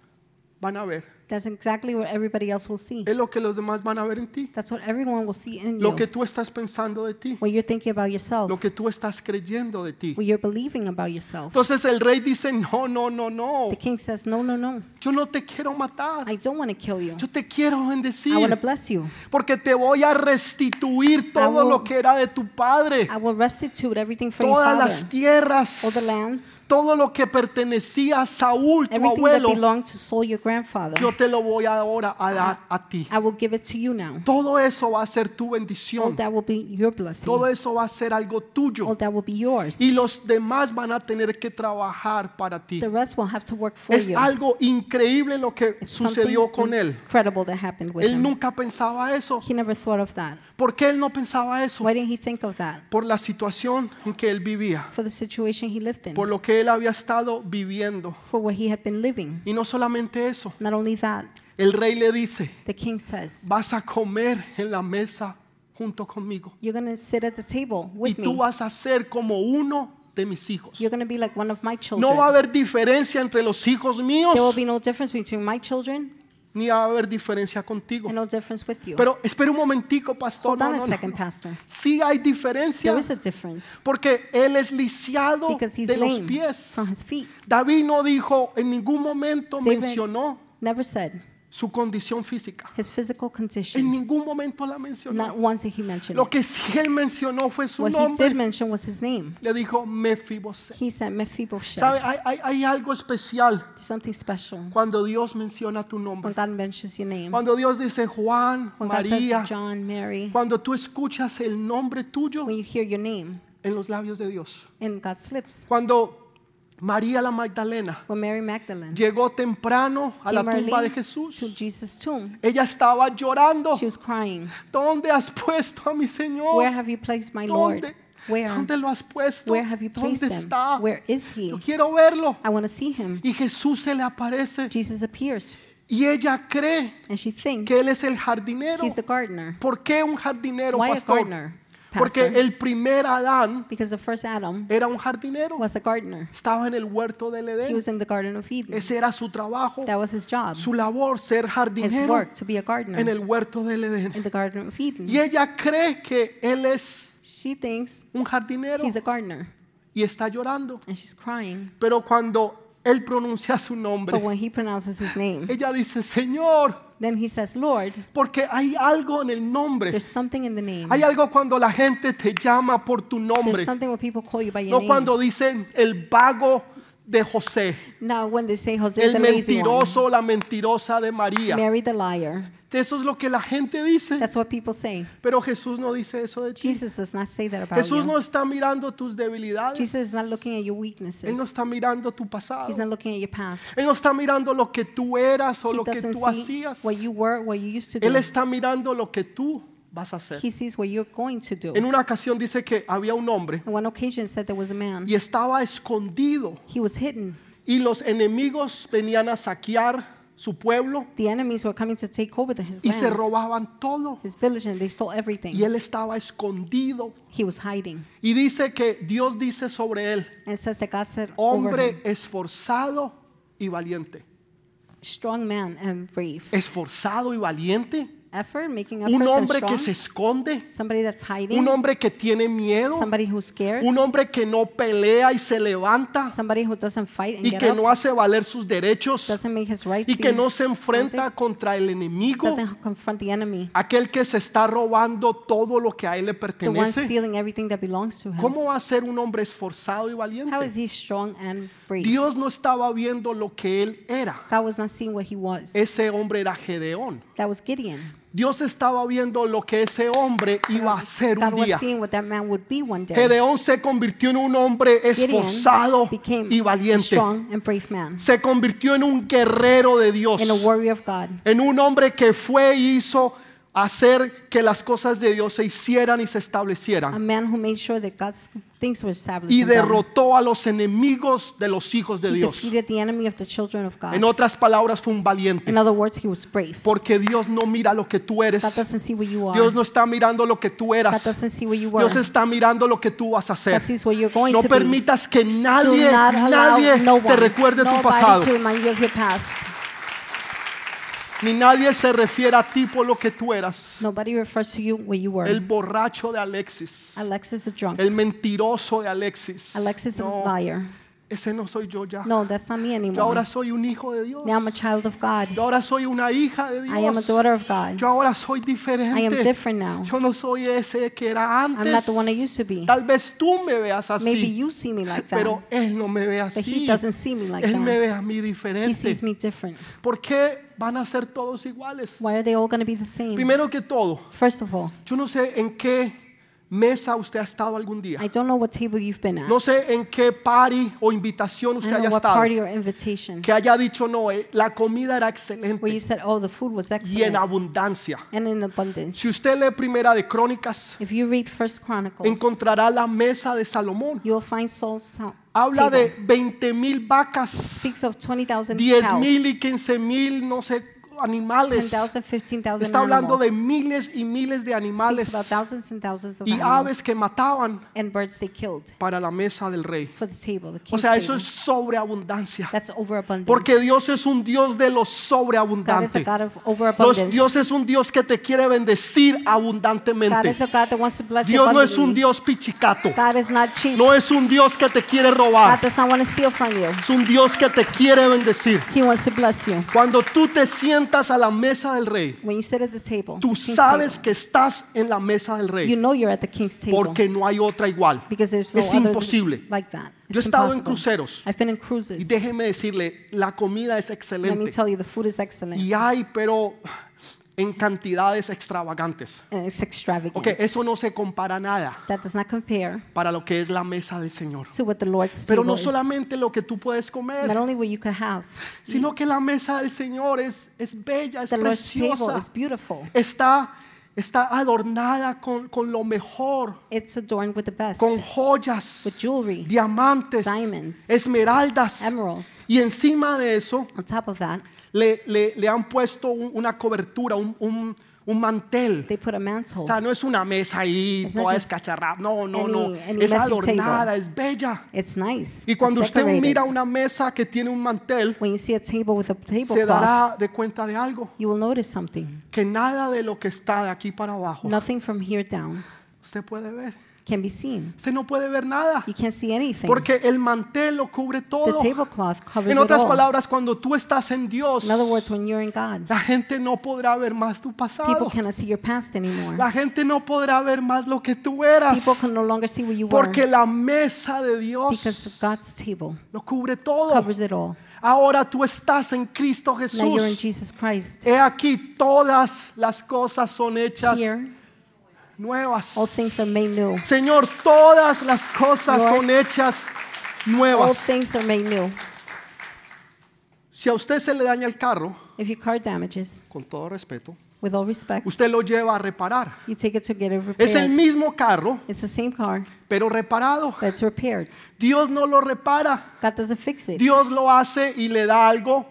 S1: van a ver.
S2: That's exactly what everybody else will see.
S1: Es lo que los demás van a ver en ti.
S2: That's what everyone will see in
S1: Lo que
S2: you.
S1: tú estás pensando de ti.
S2: What you're thinking about
S1: Lo
S2: yourself,
S1: que tú estás creyendo de ti.
S2: what you're believing about yourself.
S1: Entonces el rey dice, no, no, no, no.
S2: The king says, No, no, no.
S1: Yo no te quiero matar.
S2: I don't want to kill you.
S1: Yo te quiero bendecir.
S2: I want to bless you.
S1: Porque te voy a restituir todo
S2: will-
S1: lo que era de tu padre.
S2: I will restitute everything from your
S1: Todas
S2: father,
S1: las tierras.
S2: all the lands,
S1: Todo lo que pertenecía a Saúl, tu
S2: everything that
S1: abuelo.
S2: belonged to Saul, your grandfather.
S1: Yo te lo voy ahora a dar a ti.
S2: I will give it to you now.
S1: Todo eso va a ser tu
S2: All
S1: bendición.
S2: that will be your blessing.
S1: Todo eso va a ser algo
S2: All
S1: tuyo.
S2: that will be yours.
S1: Y los demás van a tener que trabajar para ti.
S2: The rest will have to work for
S1: Es
S2: you.
S1: algo increíble lo que
S2: It's
S1: sucedió con él.
S2: incredible that happened with
S1: Él
S2: him.
S1: nunca pensaba eso.
S2: He never thought of that.
S1: ¿Por qué él no pensaba eso?
S2: Why didn't he think of that?
S1: Por la situación en que él vivía,
S2: For the situation he lived in,
S1: por lo que él había estado viviendo.
S2: for what he had been living.
S1: Y no solamente eso,
S2: Not only that,
S1: el rey le dice,
S2: the king says,
S1: vas a comer en la mesa junto conmigo.
S2: You're going to sit at the table
S1: Y
S2: with
S1: tú
S2: me.
S1: vas a ser como uno de mis hijos.
S2: You're going to be like one of
S1: No
S2: my
S1: va a
S2: children.
S1: haber diferencia entre los hijos
S2: There will
S1: míos,
S2: be no difference between my children
S1: ni va a haber diferencia contigo.
S2: and no difference with you.
S1: Pero espera un momentico, pastor.
S2: Hold
S1: No,
S2: on a
S1: no, no.
S2: second, Pastor.
S1: Sí hay
S2: There
S1: diferencia
S2: is a difference
S1: porque él es lisiado
S2: because he's
S1: de los
S2: lame
S1: pies.
S2: from his feet.
S1: David no dijo, en ningún momento
S2: David-
S1: mencionó
S2: Never said
S1: su condición física.
S2: his physical
S1: En
S2: condition.
S1: ningún momento la mencionó.
S2: Not once did he mention
S1: Lo
S2: it.
S1: que sí él mencionó fue su
S2: What he did
S1: nombre.
S2: mention was his name.
S1: Le dijo Mefiboset.
S2: He said Mephibosheth.
S1: ¿Sabe? Hay, hay- hay algo especial
S2: There's something special
S1: cuando Dios menciona tu
S2: when
S1: nombre.
S2: God mentions your name.
S1: Cuando Dios dice Juan,
S2: When God
S1: María.
S2: says John, Mary,
S1: Cuando tú escuchas el nombre tuyo
S2: when you hear your name
S1: en los labios de Dios.
S2: in God's lips.
S1: Cuando María la Magdalena
S2: When Mary Magdalene
S1: llegó temprano a la
S2: came
S1: tumba de
S2: early to
S1: Jesús,
S2: Jesus' tomb,
S1: ella estaba llorando.
S2: she was crying,
S1: ¿Dónde has puesto a mi
S2: Where
S1: Señor?
S2: have you placed my Lord?
S1: "Oh, ¿Dónde?
S2: Where?
S1: ¿Dónde lo has puesto?
S2: Where have you placed
S1: ¿Dónde
S2: him?
S1: está?
S2: Where is he?
S1: Yo quiero verlo.
S2: I want to see him.
S1: Y Jesús se le aparece
S2: Jesus appears
S1: y ella cree
S2: and she thinks
S1: que él es el jardinero.
S2: he's the gardener.
S1: ¿Por qué un jardinero,
S2: Why a
S1: pastor?
S2: gardener,
S1: Porque
S2: pastor?
S1: el primer Adán
S2: Because the first Adam
S1: era un jardinero.
S2: was a gardener.
S1: Estaba en el huerto del
S2: He
S1: Edén.
S2: was in the Garden of Eden.
S1: Ese era su trabajo,
S2: That was his job,
S1: su labor, ser
S2: his
S1: jardinero
S2: work to be a gardener
S1: en el huerto del Edén.
S2: in the Garden of
S1: Y
S2: Eden.
S1: ella cree que él es
S2: She thinks
S1: un jardinero
S2: he's a gardener
S1: y está llorando.
S2: and she's crying.
S1: Pero cuando él pronuncia su
S2: But
S1: nombre,
S2: when he pronounces his name,
S1: ella dice, Señor,
S2: then he says, Lord,
S1: porque hay algo en el nombre.
S2: there's something in the name.
S1: Hay algo cuando la gente te llama por tu
S2: There's
S1: nombre.
S2: something when people call you by your
S1: No
S2: name.
S1: cuando dicen el vago de José,
S2: Now, when they say Jose the
S1: el
S2: lazy one,
S1: mentiroso o la mentirosa de María.
S2: Mary the liar,
S1: Eso es lo que la gente dice.
S2: that's what people say.
S1: Pero Jesús no dice eso de ti.
S2: Jesus does not say that about
S1: Jesús
S2: you.
S1: no está mirando tus debilidades.
S2: Jesus is not looking at your
S1: Él
S2: weaknesses.
S1: no está mirando tu pasado.
S2: He's not looking at your past.
S1: Él no está mirando lo que tú eras o
S2: He
S1: lo que
S2: doesn't
S1: tú
S2: see
S1: hacías.
S2: what you were, what you used to
S1: Él
S2: do.
S1: está mirando lo que tú vas a hacer.
S2: He sees what you're going to do.
S1: En una ocasión dice que había un hombre
S2: On one occasion, said there was a man.
S1: y estaba escondido
S2: He was hidden.
S1: y los enemigos venían a saquear su pueblo
S2: The enemies were coming to take over the- his
S1: y se
S2: land,
S1: robaban todo.
S2: his village, and they stole everything.
S1: Y él estaba escondido.
S2: He was hiding.
S1: Y dice que Dios dice sobre él,
S2: And it says that God said over him,
S1: hombre esforzado y valiente.
S2: strong man and brave.
S1: Esforzado y valiente.
S2: Effort, making efforts
S1: Un
S2: and
S1: hombre
S2: strong.
S1: que se esconde.
S2: Somebody that's hiding.
S1: Un hombre que tiene miedo.
S2: Somebody who's scared.
S1: Un hombre que no pelea y se levanta
S2: Somebody who doesn't fight and
S1: y
S2: get
S1: que
S2: up.
S1: no hace valer sus derechos
S2: doesn't make his rights
S1: y que
S2: be-
S1: no se enfrenta contra el enemigo,
S2: doesn't confront the enemy.
S1: aquel que se está robando todo lo que a él le
S2: The one
S1: pertenece.
S2: stealing everything that belongs to him.
S1: ¿Cómo va a ser un hombre esforzado y
S2: How is
S1: valiente?
S2: he strong and brave?
S1: Dios no estaba viendo lo que él era.
S2: God was not seeing what he was.
S1: Ese hombre era Gedeón.
S2: That was Gideon.
S1: Dios estaba viendo lo que ese hombre iba a ser
S2: God
S1: un
S2: was
S1: día.
S2: seeing what that man would be one day.
S1: Gedeón se convirtió en un hombre esforzado
S2: Gideon became
S1: y
S2: a
S1: valiente.
S2: strong and brave man
S1: Se convirtió en un guerrero de Dios.
S2: and a warrior of God.
S1: en un hombre que fue y hizo hacer que las cosas de Dios se hicieran y se
S2: A
S1: establecieran
S2: man who made sure that God's things were established.
S1: y
S2: in them.
S1: derrotó a los enemigos de los hijos de
S2: He
S1: Dios.
S2: defeated the enemy of the children of God.
S1: En otras palabras, fue un
S2: In
S1: valiente,
S2: other words, he was brave.
S1: porque Dios no mira lo que tú eres.
S2: God doesn't see what you are.
S1: Dios no está mirando lo que tú
S2: God
S1: eras.
S2: doesn't see what you were.
S1: Dios está mirando lo que tú vas a
S2: God
S1: hacer.
S2: sees what you're going
S1: No
S2: to be.
S1: permitas que nadie,
S2: Do not allow
S1: nadie
S2: no
S1: te
S2: one,
S1: recuerde tu
S2: nobody
S1: pasado,
S2: to remind you of your past.
S1: ni nadie se refiera a ti por lo que tú eras.
S2: Nobody refers to you where you were.
S1: El borracho de Alexis,
S2: Alexis is drunk.
S1: el mentiroso de Alexis.
S2: Alexis is a
S1: No.
S2: liar.
S1: Ese no soy yo ya.
S2: No, that's not me
S1: Yo
S2: anymore.
S1: ahora soy un hijo de Dios.
S2: Now I'm a child of God.
S1: Yo ahora soy una hija de
S2: I am a
S1: Dios.
S2: daughter of God.
S1: Yo ahora soy
S2: I am
S1: diferente.
S2: different now.
S1: Yo no soy ese que era
S2: I'm not
S1: antes.
S2: the one I used to be.
S1: Tal vez tú me veas
S2: Maybe
S1: así,
S2: you see me like that,
S1: pero él no me ve
S2: but
S1: así.
S2: he doesn't see me like
S1: Él me
S2: that.
S1: ve a mí
S2: He
S1: diferente.
S2: sees me different.
S1: ¿Por qué van a ser todos iguales?
S2: Why are they all going to be the same?
S1: Primero que todo,
S2: First of all,
S1: yo no sé en qué mesa usted ha estado algún día.
S2: I don't know what table you've been at.
S1: No sé en qué party o invitación
S2: I
S1: usted
S2: don't know
S1: haya
S2: what
S1: estado.
S2: party or invitation
S1: Que haya dicho, no, eh, la comida era excelente.
S2: where you said, "Oh, the food was
S1: y en
S2: excellent
S1: abundancia.
S2: and in abundance."
S1: Si usted lee Primera de Crónicas,
S2: If you read First Chronicles,
S1: encontrará la mesa de Salomón.
S2: you'll find Saul's hou-
S1: Habla
S2: table.
S1: de 20 mil vacas,
S2: Speaks of 20,000
S1: 10
S2: cows,
S1: mil y 15 mil, no sé, animales.
S2: 10,000, 15,000
S1: Está hablando
S2: animals.
S1: de miles y miles de
S2: Speaks
S1: animales
S2: about thousands and thousands of
S1: y
S2: animals
S1: aves que mataban
S2: and birds they killed
S1: para la mesa del rey.
S2: for the table, the
S1: O
S2: king's
S1: sea, eso
S2: table.
S1: es sobreabundancia.
S2: That's overabundance.
S1: Porque Dios es un Dios de lo
S2: God is a
S1: sobreabundante.
S2: God of
S1: Dios,
S2: overabundance.
S1: Dios es un Dios que te quiere bendecir
S2: God
S1: abundantemente.
S2: is a God that wants to bless you
S1: Dios no es un
S2: abundantly.
S1: Dios pichicato.
S2: God is not cheap.
S1: No es un Dios que te quiere
S2: God
S1: robar.
S2: does not want to steal from you.
S1: Es un Dios que te quiere bendecir.
S2: He wants to bless you.
S1: Cuando tú te sientas a la mesa del rey,
S2: when you sit at the table,
S1: tú
S2: king's
S1: sabes
S2: table,
S1: que estás en la mesa del
S2: you
S1: rey
S2: know you're at the king's table
S1: porque no hay otra igual.
S2: because there's no
S1: es
S2: other
S1: imposible.
S2: like that.
S1: Yo he
S2: It's
S1: estado en
S2: impossible.
S1: cruceros.
S2: I've been in
S1: Y
S2: cruises.
S1: déjeme decirle, la comida es
S2: Let me
S1: excelente
S2: tell you, the food is excellent
S1: y hay, pero en cantidades extravagantes.
S2: and it's extravagant.
S1: Ok, eso no se compara nada
S2: That does not compare
S1: para lo que es la mesa del Señor.
S2: to what the Lord's
S1: Pero
S2: table
S1: no
S2: is.
S1: solamente lo que tú puedes
S2: Not
S1: comer,
S2: only what you could have,
S1: sino que la mesa del Señor es, es bella, es
S2: the Lord's table
S1: preciosa.
S2: is beautiful.
S1: Está, está adornada con, con lo mejor,
S2: It's adorned with the best,
S1: con joyas,
S2: Este, with jewelry,
S1: diamantes,
S2: diamonds,
S1: esmeraldas.
S2: emeralds.
S1: Y encima de eso
S2: On top of that,
S1: le, le- le han puesto un- una cobertura, un, un- un mantel.
S2: they put a mantle.
S1: O sea, no es una mesa ahí
S2: It's not
S1: toda
S2: just
S1: escacharrada. No, no,
S2: any-
S1: no.
S2: any
S1: Es
S2: messy
S1: adornada,
S2: table.
S1: es bella.
S2: It's nice.
S1: Y
S2: It's
S1: cuando usted
S2: decorated.
S1: mira una mesa que tiene un mantel,
S2: when you see a table with a
S1: se
S2: tablecloth,
S1: dará de cuenta de algo,
S2: you will notice something.
S1: que nada de lo que está de aquí para abajo
S2: Nothing from here down
S1: usted puede ver.
S2: can be seen.
S1: Usted no puede ver nada,
S2: You can't see anything.
S1: porque el mantel lo cubre
S2: the
S1: todo.
S2: tablecloth covers
S1: En
S2: it
S1: otras
S2: all.
S1: palabras, cuando tú estás en Dios,
S2: In other words, when you're in God,
S1: la gente no podrá ver más tu
S2: people
S1: pasado.
S2: cannot see your past anymore.
S1: La gente no podrá ver más lo que tú eras,
S2: People can no longer see what you were
S1: porque la mesa de Dios
S2: because God's table
S1: lo cubre todo.
S2: covers it all.
S1: Ahora tú estás en Cristo
S2: Now you're in
S1: Jesús.
S2: Jesus Christ.
S1: He aquí todas las cosas son hechas
S2: Here,
S1: nuevas.
S2: all things are made new.
S1: Señor, todas las cosas
S2: Lord,
S1: son hechas
S2: All
S1: nuevas.
S2: things are made new.
S1: Si a usted se le daña el carro,
S2: If your car damages,
S1: con todo respeto,
S2: with all respect,
S1: usted lo lleva a reparar.
S2: you take it to get it repaired.
S1: Es el mismo carro,
S2: It's the same car,
S1: pero reparado.
S2: but it's repaired.
S1: Dios no lo repara.
S2: God doesn't fix it.
S1: Dios lo hace y le da algo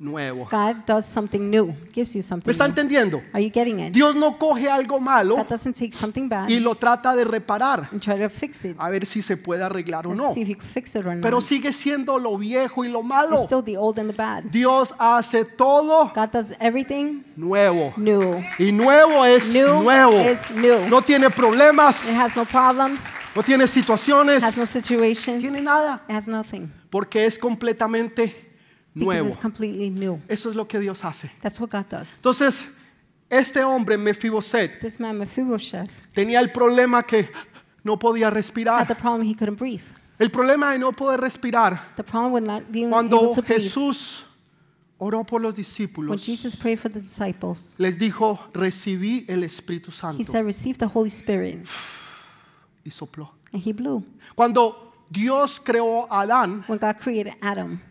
S1: nuevo.
S2: God does something new, gives you
S1: ¿Me
S2: something
S1: está
S2: new.
S1: entendiendo?
S2: Are you getting it?
S1: Dios no coge algo malo
S2: God doesn't take something bad
S1: y lo trata de reparar.
S2: and try to fix it.
S1: A ver si se puede arreglar o
S2: Let's
S1: no.
S2: see if you can fix it or not.
S1: Pero sigue siendo lo viejo y lo
S2: it's
S1: malo.
S2: Mm. still the old and the bad.
S1: Dios hace todo
S2: God does everything
S1: nuevo.
S2: new.
S1: Y nuevo es
S2: New
S1: nuevo.
S2: is new.
S1: No tiene
S2: It
S1: problemas,
S2: has no problems,
S1: no tiene situaciones,
S2: has no situations,
S1: tiene nada,
S2: it has nothing.
S1: porque es completamente
S2: Because
S1: nuevo.
S2: it's completely new.
S1: Eso es lo que Dios hace.
S2: That's what God does.
S1: Entonces, este hombre Mefiboset
S2: This man, Mephibosheth,
S1: tenía el problema que no podía
S2: had the
S1: respirar.
S2: problem he couldn't breathe.
S1: El problema de no poder respirar
S2: The problem with not being
S1: cuando
S2: Mm, able to breathe.
S1: Jesús oró por los
S2: When
S1: discípulos.
S2: Jesus prayed for the disciples,
S1: Les dijo, "Recibí el Espíritu
S2: he
S1: Santo"
S2: said, Receive the Holy Spirit.
S1: y sopló.
S2: And he blew.
S1: Cuando Dios creó a Adán,
S2: When God created Adam,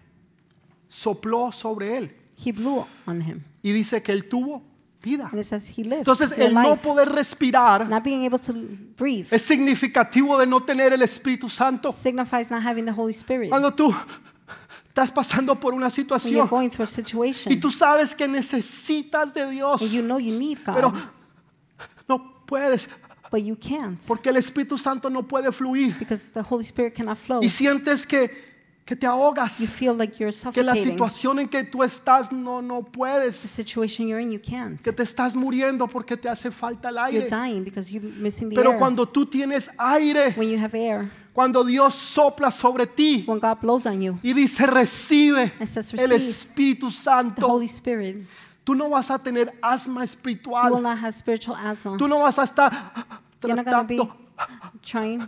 S1: sopló sobre él
S2: he blew on him.
S1: y dice que él tuvo vida.
S2: And it says he lived.
S1: Entonces,
S2: he had
S1: el no
S2: life.
S1: poder respirar
S2: Not being able to breathe
S1: es significativo de no tener el Espíritu Santo.
S2: signifies not having the Holy Spirit.
S1: Cuando tú estás pasando por una
S2: When you're
S1: situación
S2: going through a
S1: y
S2: situation
S1: tú sabes que necesitas de Dios,
S2: and you know you need God,
S1: pero no puedes
S2: but you can't
S1: porque el Espíritu Santo no puede fluir
S2: because the Holy Spirit cannot flow.
S1: y sientes que, que te ahogas,
S2: You feel like you're
S1: que la
S2: suffocating. The
S1: situación en que tú estás no, no puedes,
S2: situation you're in, you can't.
S1: que te estás muriendo porque te hace falta el
S2: You're
S1: aire.
S2: dying because you're missing the
S1: Pero
S2: air.
S1: cuando tú tienes aire,
S2: When you have air,
S1: cuando Dios sopla sobre ti
S2: when God blows on you,
S1: y dice recibe
S2: And says,
S1: el
S2: "Receive
S1: Espíritu
S2: the
S1: Santo,
S2: Holy Spirit,
S1: tú no vas a tener asma
S2: you will
S1: espiritual,
S2: not have spiritual asthma.
S1: tú no vas a estar
S2: You're not going to be
S1: tratando
S2: trying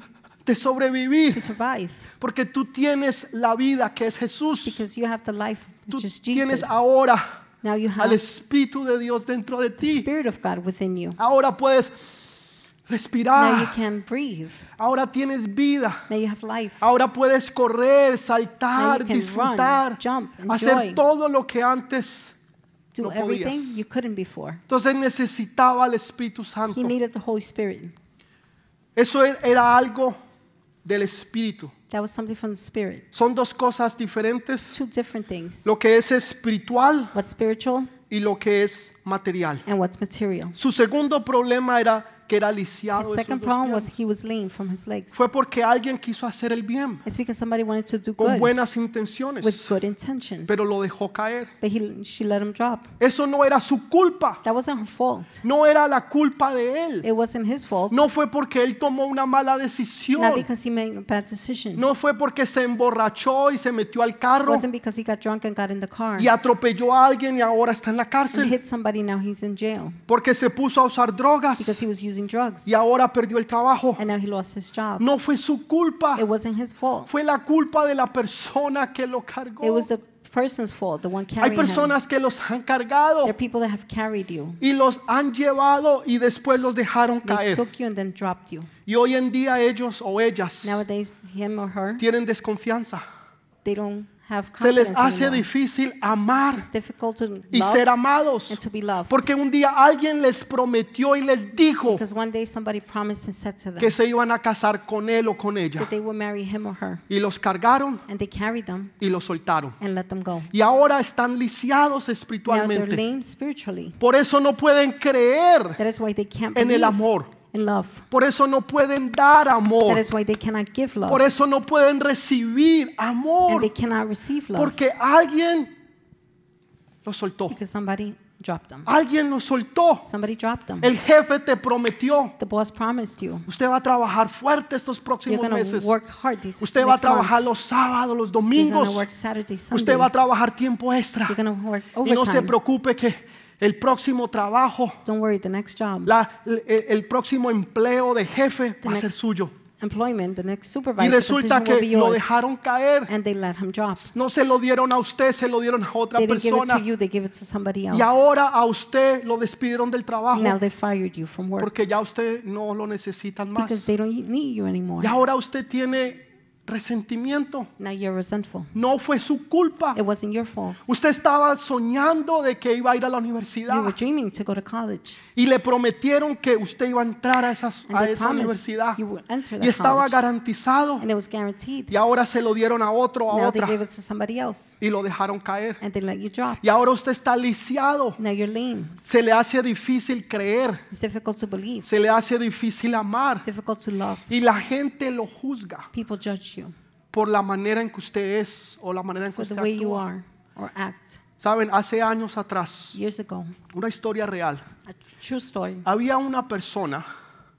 S1: de
S2: to
S1: sobrevivir,
S2: survive
S1: porque tú tienes la vida que es Jesús,
S2: because you have the life,
S1: tú
S2: which is Uh-huh.
S1: tienes
S2: Jesus.
S1: ahora
S2: Now you
S1: al
S2: have
S1: Espíritu de Dios dentro de
S2: the
S1: ti,
S2: Spirit of God within you.
S1: ahora puedes
S2: Now you
S1: respirar,
S2: can breathe.
S1: ahora tienes vida.
S2: Now you have life.
S1: Ahora puedes correr, saltar,
S2: Now you can
S1: disfrutar,
S2: run, jump,
S1: hacer
S2: enjoy.
S1: todo lo que antes. no
S2: Do
S1: podías.
S2: everything you couldn't before.
S1: Entonces necesitaba al Espíritu Santo.
S2: He needed the Holy Spirit.
S1: Eso er- era algo del Espíritu.
S2: That was something from the Spirit.
S1: Son dos cosas diferentes,
S2: Two different things.
S1: lo que es espiritual
S2: What's spiritual
S1: y lo que es material.
S2: and what's material.
S1: Su segundo problema era que era lisiado
S2: His
S1: de sus
S2: second
S1: dos
S2: problem was
S1: piernas.
S2: he was lame from his legs.
S1: Fue porque alguien quiso hacer el bien
S2: It's because somebody wanted to do
S1: con
S2: good
S1: buenas
S2: with
S1: intenciones,
S2: good intentions.
S1: pero lo dejó caer.
S2: But he, she let him drop.
S1: Eso no era su culpa,
S2: That wasn't her fault.
S1: no era la culpa de él.
S2: It wasn't his fault.
S1: No fue porque él tomó una mala
S2: Not
S1: decisión,
S2: because he made a bad decision.
S1: no fue porque se emborrachó y se metió al carro
S2: wasn't because he got drunk and got in the car
S1: y atropelló a alguien y ahora está en la
S2: and
S1: cárcel,
S2: hit somebody. Now he's in jail
S1: porque se puso a usar
S2: because
S1: drogas
S2: he was using drugs
S1: y ahora perdió el trabajo.
S2: and now he lost his job.
S1: No fue su culpa,
S2: It wasn't his fault.
S1: fue la culpa de la persona que lo cargó.
S2: It was the person's fault, the one
S1: Hay
S2: carrying him.
S1: personas que los han cargado
S2: There are people that have carried you.
S1: y los han llevado y después los dejaron
S2: They
S1: caer.
S2: took you and then dropped you.
S1: Y hoy en día ellos o ellas
S2: Nowadays, him or her,
S1: tienen desconfianza.
S2: they don't have
S1: Se les
S2: confidence
S1: hace
S2: anymore.
S1: difícil amar
S2: It's difficult to
S1: y ser
S2: love
S1: amados.
S2: and to be loved.
S1: Porque un día alguien les prometió y les dijo
S2: Because one day somebody promised and said to them
S1: que se iban a casar con él o con ella.
S2: that they would marry him or her.
S1: Y los cargaron
S2: And they carried them
S1: y los soltaron.
S2: and let them go.
S1: Y ahora están lisiados
S2: Now they're
S1: espiritualmente.
S2: lame spiritually.
S1: Por eso no pueden creer
S2: That is why they can't
S1: en el
S2: believe
S1: amor.
S2: in love.
S1: Por eso no pueden dar
S2: That
S1: amor.
S2: is why they cannot give
S1: Por
S2: love.
S1: eso no pueden recibir
S2: And
S1: amor.
S2: they cannot receive love
S1: Porque alguien los soltó.
S2: because somebody dropped them.
S1: Alguien los soltó.
S2: Somebody dropped them.
S1: Ah. El jefe te prometió.
S2: The boss promised you.
S1: Usted va a trabajar fuerte estos
S2: You're
S1: próximos
S2: going to
S1: meses.
S2: work hard these
S1: Usted va a
S2: next
S1: trabajar
S2: months.
S1: los sábados, los
S2: You're going
S1: domingos.
S2: to work Saturday, Sundays.
S1: Usted va a trabajar tiempo extra.
S2: You're going to work
S1: Y no se
S2: overtime.
S1: preocupe que el próximo trabajo,
S2: Don't worry, the next job,
S1: la- el, el próximo empleo de jefe va a ser suyo.
S2: employment, the next
S1: Y
S2: supervisor
S1: resulta
S2: position will
S1: que
S2: be
S1: lo
S2: yours.
S1: dejaron caer.
S2: And they let him drop.
S1: No se lo dieron a usted, se lo dieron a otra
S2: They didn't give it to
S1: persona.
S2: you, they give it to somebody
S1: Y
S2: else.
S1: ahora a usted lo despidieron del trabajo
S2: Now they fired you from work
S1: porque ya usted no lo necesitan
S2: because
S1: más.
S2: they don't e-, need you anymore.
S1: Y ahora usted tiene resentimiento.
S2: Now you're resentful.
S1: No fue su culpa.
S2: It wasn't your fault.
S1: Usted estaba soñando de que iba a ir a la
S2: You were
S1: universidad
S2: dreaming to go to college.
S1: y le prometieron que usted iba a entrar a, esas-
S2: And
S1: a
S2: they
S1: esa
S2: promised
S1: universidad
S2: you would enter
S1: y
S2: that
S1: estaba
S2: college.
S1: garantizado
S2: And it was guaranteed.
S1: y ahora se lo dieron a otro, a
S2: Now they
S1: otra
S2: gave it to somebody else.
S1: y lo dejaron caer.
S2: And they let you drop.
S1: Y ahora usted está lisiado,
S2: Now you're lame.
S1: se le hace difícil creer,
S2: It's difficult to believe.
S1: se le hace difícil amar
S2: It's difficult to love.
S1: y la gente lo juzga
S2: People judge you
S1: por la manera en que usted es o la manera en que
S2: for the
S1: usted
S2: way you
S1: actúa.
S2: are or act.
S1: Saben, hace años atrás,
S2: Years ago,
S1: una historia real,
S2: a true story.
S1: había una persona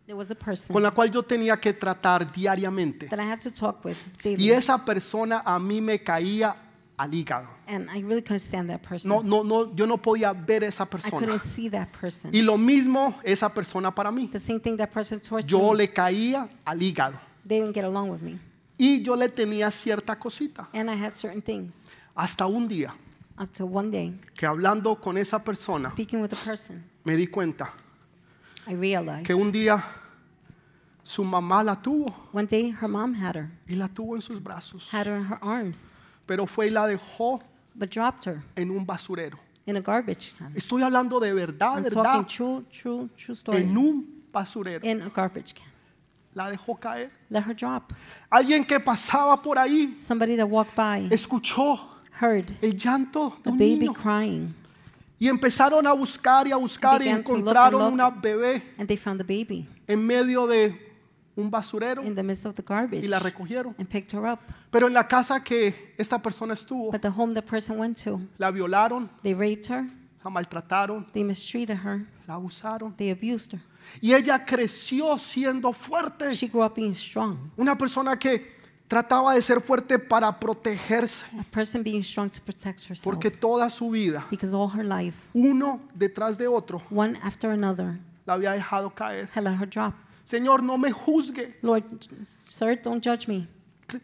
S2: There was a
S1: con
S2: person
S1: la cual yo tenía que tratar diariamente.
S2: that I had to talk with
S1: Y
S2: daily,
S1: esa persona a mí me caía al hígado.
S2: and I really couldn't stand that
S1: No,
S2: person.
S1: no, no, yo no podía ver esa
S2: I
S1: persona.
S2: couldn't see that person.
S1: Y lo mismo esa persona para mí.
S2: The same thing that person towards
S1: Yo
S2: me.
S1: le caía al hígado.
S2: They didn't get along with me,
S1: Y yo le tenía cierta cosita.
S2: and I had certain things.
S1: Hasta un día
S2: Up till one day,
S1: que hablando con esa persona
S2: speaking with a person,
S1: me di cuenta
S2: I realized
S1: que un día su mamá la tuvo
S2: one day her mom had her,
S1: y la tuvo en sus brazos.
S2: had her in her arms,
S1: Pero fue y la dejó
S2: but dropped her
S1: en un basurero.
S2: in a garbage can.
S1: Estoy hablando de verdad,
S2: I'm
S1: verdad.
S2: talking true, true, true story.
S1: En un basurero.
S2: In a garbage can.
S1: La dejó caer.
S2: Let her drop.
S1: Alguien que pasaba por ahí
S2: Somebody that walked by
S1: escuchó
S2: heard
S1: el llanto de
S2: the
S1: un
S2: baby
S1: niño
S2: crying,
S1: y empezaron a buscar y a buscar y
S2: Began to look and
S1: encontraron
S2: look.
S1: una bebé
S2: and they found the baby
S1: en medio de un basurero
S2: in the midst of the
S1: y
S2: garbage
S1: la recogieron.
S2: and picked her up.
S1: Pero en la casa que esta persona estuvo,
S2: But the home the person went to,
S1: la violaron,
S2: they raped her,
S1: la maltrataron,
S2: they mistreated her,
S1: la abusaron
S2: they abused her.
S1: y ella creció siendo fuerte.
S2: She grew up being strong,
S1: Una persona que trataba de ser fuerte para protegerse,
S2: a person being strong to protect herself.
S1: porque toda su vida,
S2: Because all her life,
S1: uno detrás de otro,
S2: one after another,
S1: la había dejado caer.
S2: had let her drop.
S1: Señor, no me juzgue.
S2: Lord, sir, don't judge me.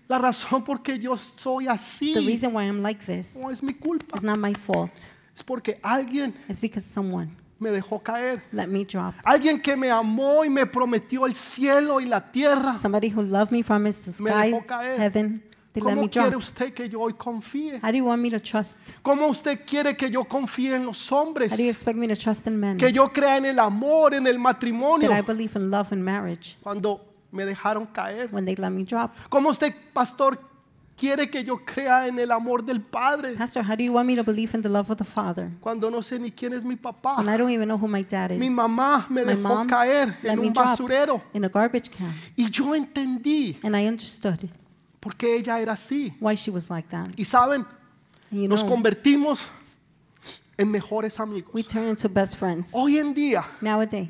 S1: La razón por qué yo soy
S2: The
S1: así
S2: reason why I'm like this
S1: no es mi culpa.
S2: is not my fault.
S1: Es porque alguien
S2: It's because someone
S1: me dejó caer.
S2: let me drop.
S1: Alguien que me amó y me prometió el cielo y la tierra.
S2: Somebody who loved me promised the
S1: Me
S2: sky,
S1: dejó caer.
S2: heaven, they let me
S1: ¿Cómo quiere
S2: drop.
S1: usted que yo hoy confíe?
S2: How do you want me to trust?
S1: ¿Cómo usted quiere que yo confíe en los hombres?
S2: How do you expect me to trust in men?
S1: Que
S2: That
S1: yo crea en el amor, en el matrimonio,
S2: I believe in love and marriage
S1: cuando me dejaron caer.
S2: when they let me drop.
S1: ¿Cómo usted, pastor, quiere que yo crea en el amor del Padre
S2: Pastor, how do you want me to believe in the love of the Father
S1: cuando no sé ni quién es mi
S2: when
S1: papá?
S2: I don't even know who my dad is?
S1: Mi mamá me
S2: my
S1: dejó
S2: mom
S1: caer
S2: let
S1: en
S2: me
S1: un
S2: drop
S1: basurero.
S2: in a garbage can.
S1: Y yo entendí
S2: And I understood
S1: por qué ella era así.
S2: why she was like that.
S1: Y saben,
S2: And you
S1: nos
S2: know,
S1: convertimos en mejores amigos.
S2: we turn into best friends.
S1: Hoy en día
S2: Nowadays,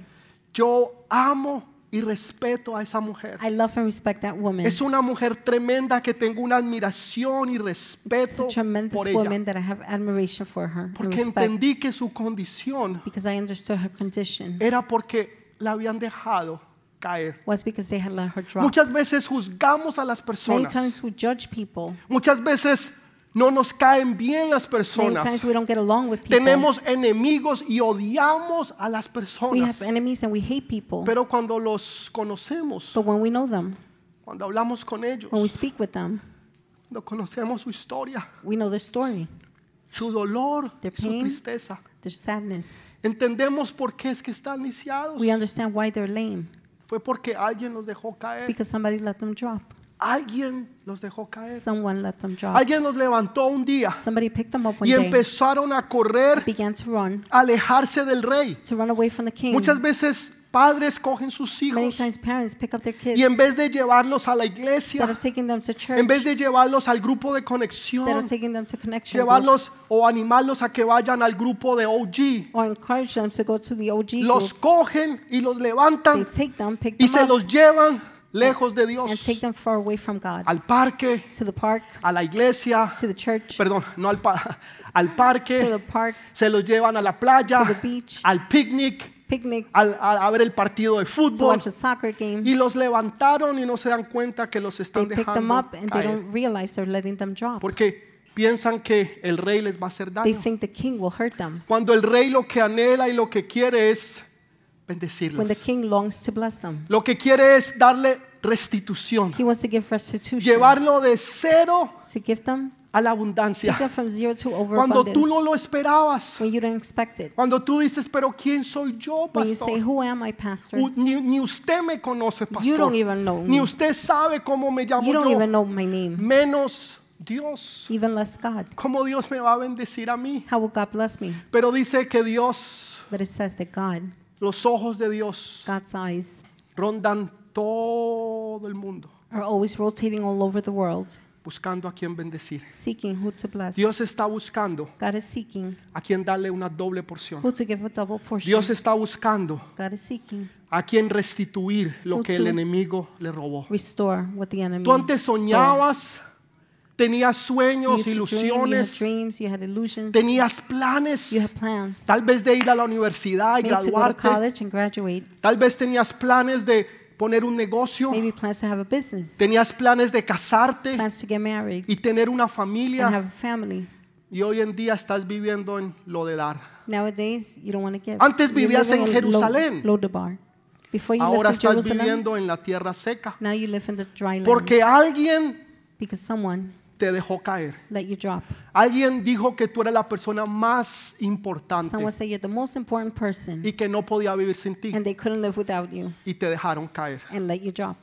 S1: yo amo y respeto a esa mujer.
S2: I love and respect that woman.
S1: Es una mujer tremenda que tengo una admiración y
S2: It's a
S1: respeto por
S2: tremendous
S1: ella.
S2: woman that I have admiration for her and
S1: Porque
S2: respect
S1: entendí Eh, que su condición
S2: because I understood her condition
S1: era porque la habían dejado caer.
S2: was because they had let her drop.
S1: Muchas veces juzgamos a las
S2: Many
S1: personas.
S2: times we judge people.
S1: Muchas veces no nos caen bien las
S2: Many
S1: personas.
S2: times we don't get along with people.
S1: Tenemos enemigos y odiamos a las
S2: we
S1: personas.
S2: have enemies and we hate people.
S1: Pero cuando los conocemos,
S2: but when we know them,
S1: cuando hablamos con ellos,
S2: when we speak with them,
S1: cuando conocemos su historia,
S2: we know their story,
S1: su dolor,
S2: Their
S1: su
S2: pain.
S1: tristeza,
S2: their sadness.
S1: entendemos por qué es que están lisiados.
S2: We understand why they're lame.
S1: Fue porque alguien los dejó
S2: It's
S1: caer.
S2: because somebody let them drop.
S1: Alguien los dejó caer.
S2: Someone let them drop.
S1: Alguien los levantó un día
S2: Somebody picked them up one
S1: y
S2: day,
S1: empezaron a correr,
S2: began to run,
S1: a alejarse del rey.
S2: to run away from the king.
S1: Muchas veces padres cogen sus
S2: Many
S1: hijos
S2: times parents pick up their kids
S1: y en vez de llevarlos a la
S2: instead
S1: iglesia,
S2: of taking them to church,
S1: en vez de llevarlos al grupo de
S2: instead
S1: conexión,
S2: of taking them to connection group,
S1: llevarlos o animarlos a que vayan al grupo de OG,
S2: or encourage them to go to the OG
S1: los
S2: group,
S1: cogen y los
S2: they
S1: levantan
S2: take them, pick
S1: y
S2: them
S1: se
S2: up,
S1: los llevan lejos de Dios,
S2: and take them far away from God,
S1: al parque,
S2: to the park,
S1: a la iglesia,
S2: to the church,
S1: perdón, no al, pa- al
S2: to the
S1: parque,
S2: park,
S1: se los llevan a la playa,
S2: to the beach.
S1: al picnic,
S2: picnic,
S1: al- a, a ver el partido de
S2: to
S1: fútbol.
S2: watch a soccer game.
S1: Y los levantaron y no se dan cuenta que los
S2: They
S1: están
S2: pick them
S1: dejando
S2: up and they
S1: caer.
S2: don't realize they're letting them drop.
S1: Porque piensan que el rey les va a hacer
S2: They
S1: daño.
S2: think the king will hurt them
S1: Cuando el rey lo que anhela y lo que quiere es
S2: when the
S1: bendecirlos.
S2: king longs to bless them.
S1: Lo que quiere es darle restitución.
S2: He wants to give restitution,
S1: Llevarlo de cero
S2: to give them,
S1: a la
S2: take them
S1: abundancia.
S2: from zero to
S1: Cuando tú no
S2: overabundance
S1: lo esperabas.
S2: when you didn't expect it.
S1: Cuando tú dices, pero ¿quién soy yo,
S2: When you say,
S1: pastor?
S2: Who am I, Pastor?
S1: U- Ni, ni usted me conoce,
S2: You
S1: pastor.
S2: don't even know
S1: Ni
S2: me.
S1: usted sabe cómo me llamo
S2: You don't even
S1: yo.
S2: know my name,
S1: Menos Dios.
S2: even less God.
S1: ¿Cómo Dios me va a bendecir a mí?
S2: How will God bless me?
S1: Pero dice que Dios,
S2: But it says that God,
S1: los ojos de Dios
S2: God's eyes,
S1: rondan todo el mundo
S2: are always rotating all over the world,
S1: buscando a quien bendecir.
S2: seeking who to bless.
S1: Dios está buscando
S2: God is seeking
S1: a quien darle una doble porción.
S2: who to give a double portion.
S1: Dios está buscando
S2: God is seeking
S1: a quien restituir lo que el
S2: Mucho.
S1: enemigo le
S2: Mm.
S1: robó.
S2: restore what the enemy
S1: Tú antes
S2: stole.
S1: soñabas, tenías
S2: You
S1: sueños,
S2: used to dream, you had
S1: ilusiones,
S2: dreams, you had illusions,
S1: tenías planes,
S2: you had plans.
S1: tal vez de ir a la universidad y
S2: Maybe to go to
S1: graduarte,
S2: college and graduate.
S1: tal vez tenías planes de poner un negocio,
S2: Maybe plans to have a business,
S1: tenías planes de casarte
S2: plans to get married
S1: y tener una
S2: and
S1: familia
S2: have a family.
S1: y hoy en día estás viviendo en lo de dar.
S2: Nowadays, you don't want to give.
S1: Antes
S2: You're
S1: vivías
S2: living
S1: en
S2: in Lo-
S1: Jerusalén.
S2: Lodabar. Before you
S1: Ahora
S2: lived in
S1: estás
S2: Jerusalem,
S1: viviendo en la tierra seca
S2: now you live in the dry land
S1: porque alguien
S2: because someone
S1: te dejó caer.
S2: let you drop.
S1: Alguien dijo que tú eras la persona más importante
S2: Someone said you're the most important person
S1: y que no podía vivir sin ti.
S2: and they couldn't live without you
S1: y te dejaron caer.
S2: and let you drop.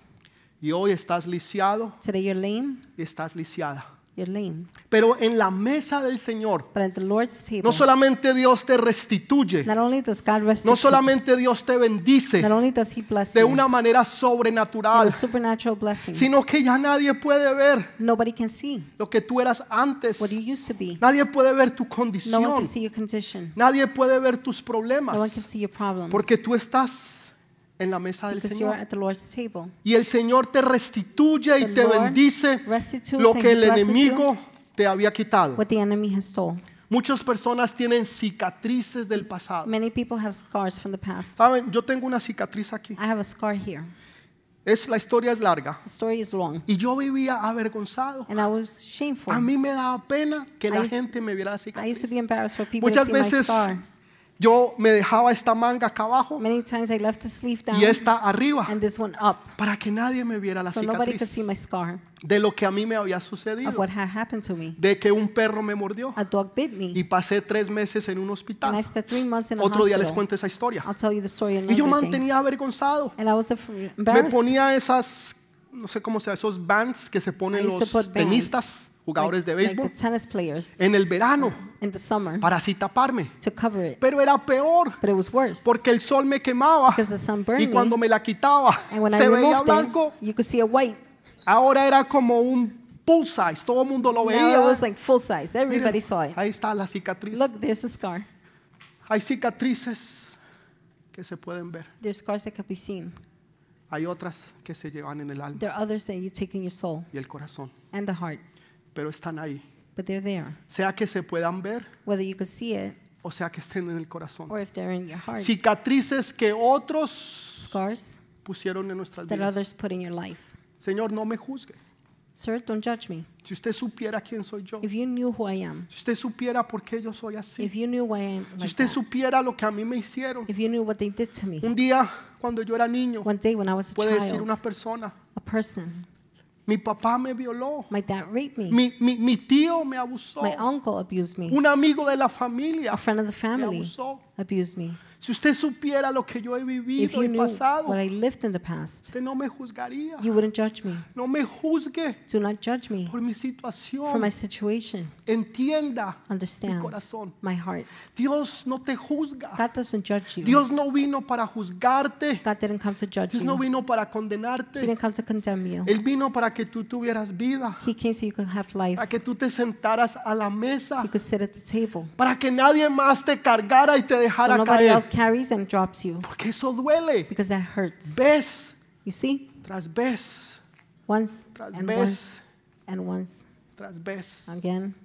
S1: Y hoy estás lisiado
S2: Today you're lame,
S1: y estás lisiada.
S2: you're lame.
S1: Pero en la mesa del Señor,
S2: But at the Lord's table,
S1: no solamente Dios te restituye,
S2: not only does God rest
S1: no solamente Dios te
S2: not
S1: bendice
S2: only does He bless
S1: de
S2: you
S1: una manera
S2: with a
S1: sobrenatural,
S2: supernatural blessing,
S1: sino que ya nadie puede ver
S2: nobody can see
S1: lo que tú eras antes.
S2: what you used to be.
S1: Nadie puede ver tu
S2: No one
S1: condición.
S2: can see your condition.
S1: Nadie puede ver tus
S2: No one can
S1: problemas.
S2: see your problems
S1: Porque tú estás en la mesa del
S2: because you are
S1: Señor.
S2: at the Lord's table.
S1: Y el Señor te restituye y
S2: The
S1: te
S2: Lord
S1: bendice
S2: restitutes
S1: lo
S2: and
S1: que
S2: He
S1: el
S2: blesses
S1: enemigo te había quitado.
S2: What the enemy has stole.
S1: Muchas personas tienen cicatrices del pasado.
S2: Many people have scars from the past.
S1: Saben, yo tengo una cicatriz aquí.
S2: I have a scar here.
S1: Es la historia es larga
S2: The story is long,
S1: y yo vivía avergonzado.
S2: and I was shameful.
S1: A mí me daba pena que la
S2: I used-
S1: gente me viera la
S2: I used to
S1: cicatriz.
S2: be embarrassed for people to
S1: Muchas
S2: see my
S1: veces
S2: scar.
S1: yo me dejaba esta manga acá abajo
S2: Many times I left the sleeve down
S1: y esta arriba
S2: and this one up,
S1: para que nadie me viera la
S2: so nobody could
S1: cicatriz
S2: see my scar
S1: de lo que a mí me había
S2: of
S1: sucedido,
S2: what had happened to me.
S1: de que un perro me mordió
S2: A dog bit me,
S1: y pasé tres meses en un
S2: and I
S1: hospital.
S2: spent three months in a
S1: Otro día les
S2: hospital.
S1: cuento esa historia.
S2: I'll tell you the story
S1: Y yo
S2: another day.
S1: mantenía avergonzado.
S2: And I was afraid,
S1: Me
S2: embarrassed.
S1: ponía esas no sé cómo sea, esos bands que se
S2: I
S1: ponen
S2: used to
S1: los
S2: put bands,
S1: tenistas, jugadores
S2: like,
S1: de
S2: like
S1: béisbol,
S2: the tennis players
S1: en el verano,
S2: in the summer
S1: para así taparme.
S2: to cover it.
S1: Pero era peor,
S2: But it was worse.
S1: porque el sol me quemaba
S2: Because the sun burned
S1: y cuando me la quitaba
S2: and when I
S1: se veía
S2: removed
S1: blanco.
S2: it, you could see a white.
S1: Ahora era como un full size, todo el mundo lo
S2: Now
S1: veía.
S2: it was like full size.
S1: Miren,
S2: Everybody saw it.
S1: ahí está la cicatriz.
S2: Look, there's a scar.
S1: Hay cicatrices que se pueden ver.
S2: There's scars that can be seen.
S1: Hay otras que se llevan en el alma
S2: There are others that you take in your soul
S1: y el corazón,
S2: and the heart,
S1: pero están ahí.
S2: but they're there.
S1: Sea que se puedan ver
S2: Whether you could see it
S1: o sea que estén en el corazón.
S2: or if they're in your heart.
S1: Cicatrices que otros
S2: Scars
S1: pusieron en nuestras
S2: that
S1: vidas.
S2: others put in your life.
S1: Señor, no me juzgue.
S2: Sir, don't judge me.
S1: Si usted supiera quién soy yo,
S2: If you knew who I am,
S1: si usted supiera por qué yo soy así,
S2: if you knew why I am
S1: si
S2: like
S1: usted
S2: that,
S1: supiera lo que a mí me hicieron.
S2: if you knew what they did to me.
S1: Un día, cuando yo era niño,
S2: One day when I was a
S1: puede decir
S2: child,
S1: una persona,
S2: a person,
S1: mi papá me violó,
S2: my dad raped me,
S1: mi, mi- mi tío me abusó,
S2: my uncle abused me,
S1: un amigo de la familia
S2: a friend of the
S1: me
S2: family
S1: abusó.
S2: abused me.
S1: Si usted supiera lo que yo he
S2: If
S1: vivido
S2: you
S1: y
S2: knew
S1: pasado,
S2: what I lived in the past,
S1: usted no me juzgaría.
S2: you wouldn't judge me.
S1: No me juzgue
S2: Do not judge me
S1: por mi
S2: for my
S1: situación.
S2: situation.
S1: Entienda mi
S2: Understand
S1: corazón.
S2: my heart.
S1: Dios no te juzga.
S2: God doesn't judge you.
S1: Dios no vino para juzgarte.
S2: God didn't come to judge
S1: Dios no
S2: you.
S1: vino para
S2: He
S1: condenarte.
S2: didn't come to condemn you.
S1: Él vino para que tú tuvieras vida,
S2: He came so you could have life,
S1: para que tú te sentaras a la
S2: so
S1: mesa,
S2: you could sit at the table.
S1: para que nadie más te cargara y te
S2: So
S1: dejara
S2: nobody else
S1: caer.
S2: carries and drops you
S1: Porque eso duele.
S2: because that hurts.
S1: Vez
S2: You see?
S1: tras vez,
S2: Once
S1: tras
S2: and once
S1: vez,
S2: and once
S1: tras vez.
S2: again.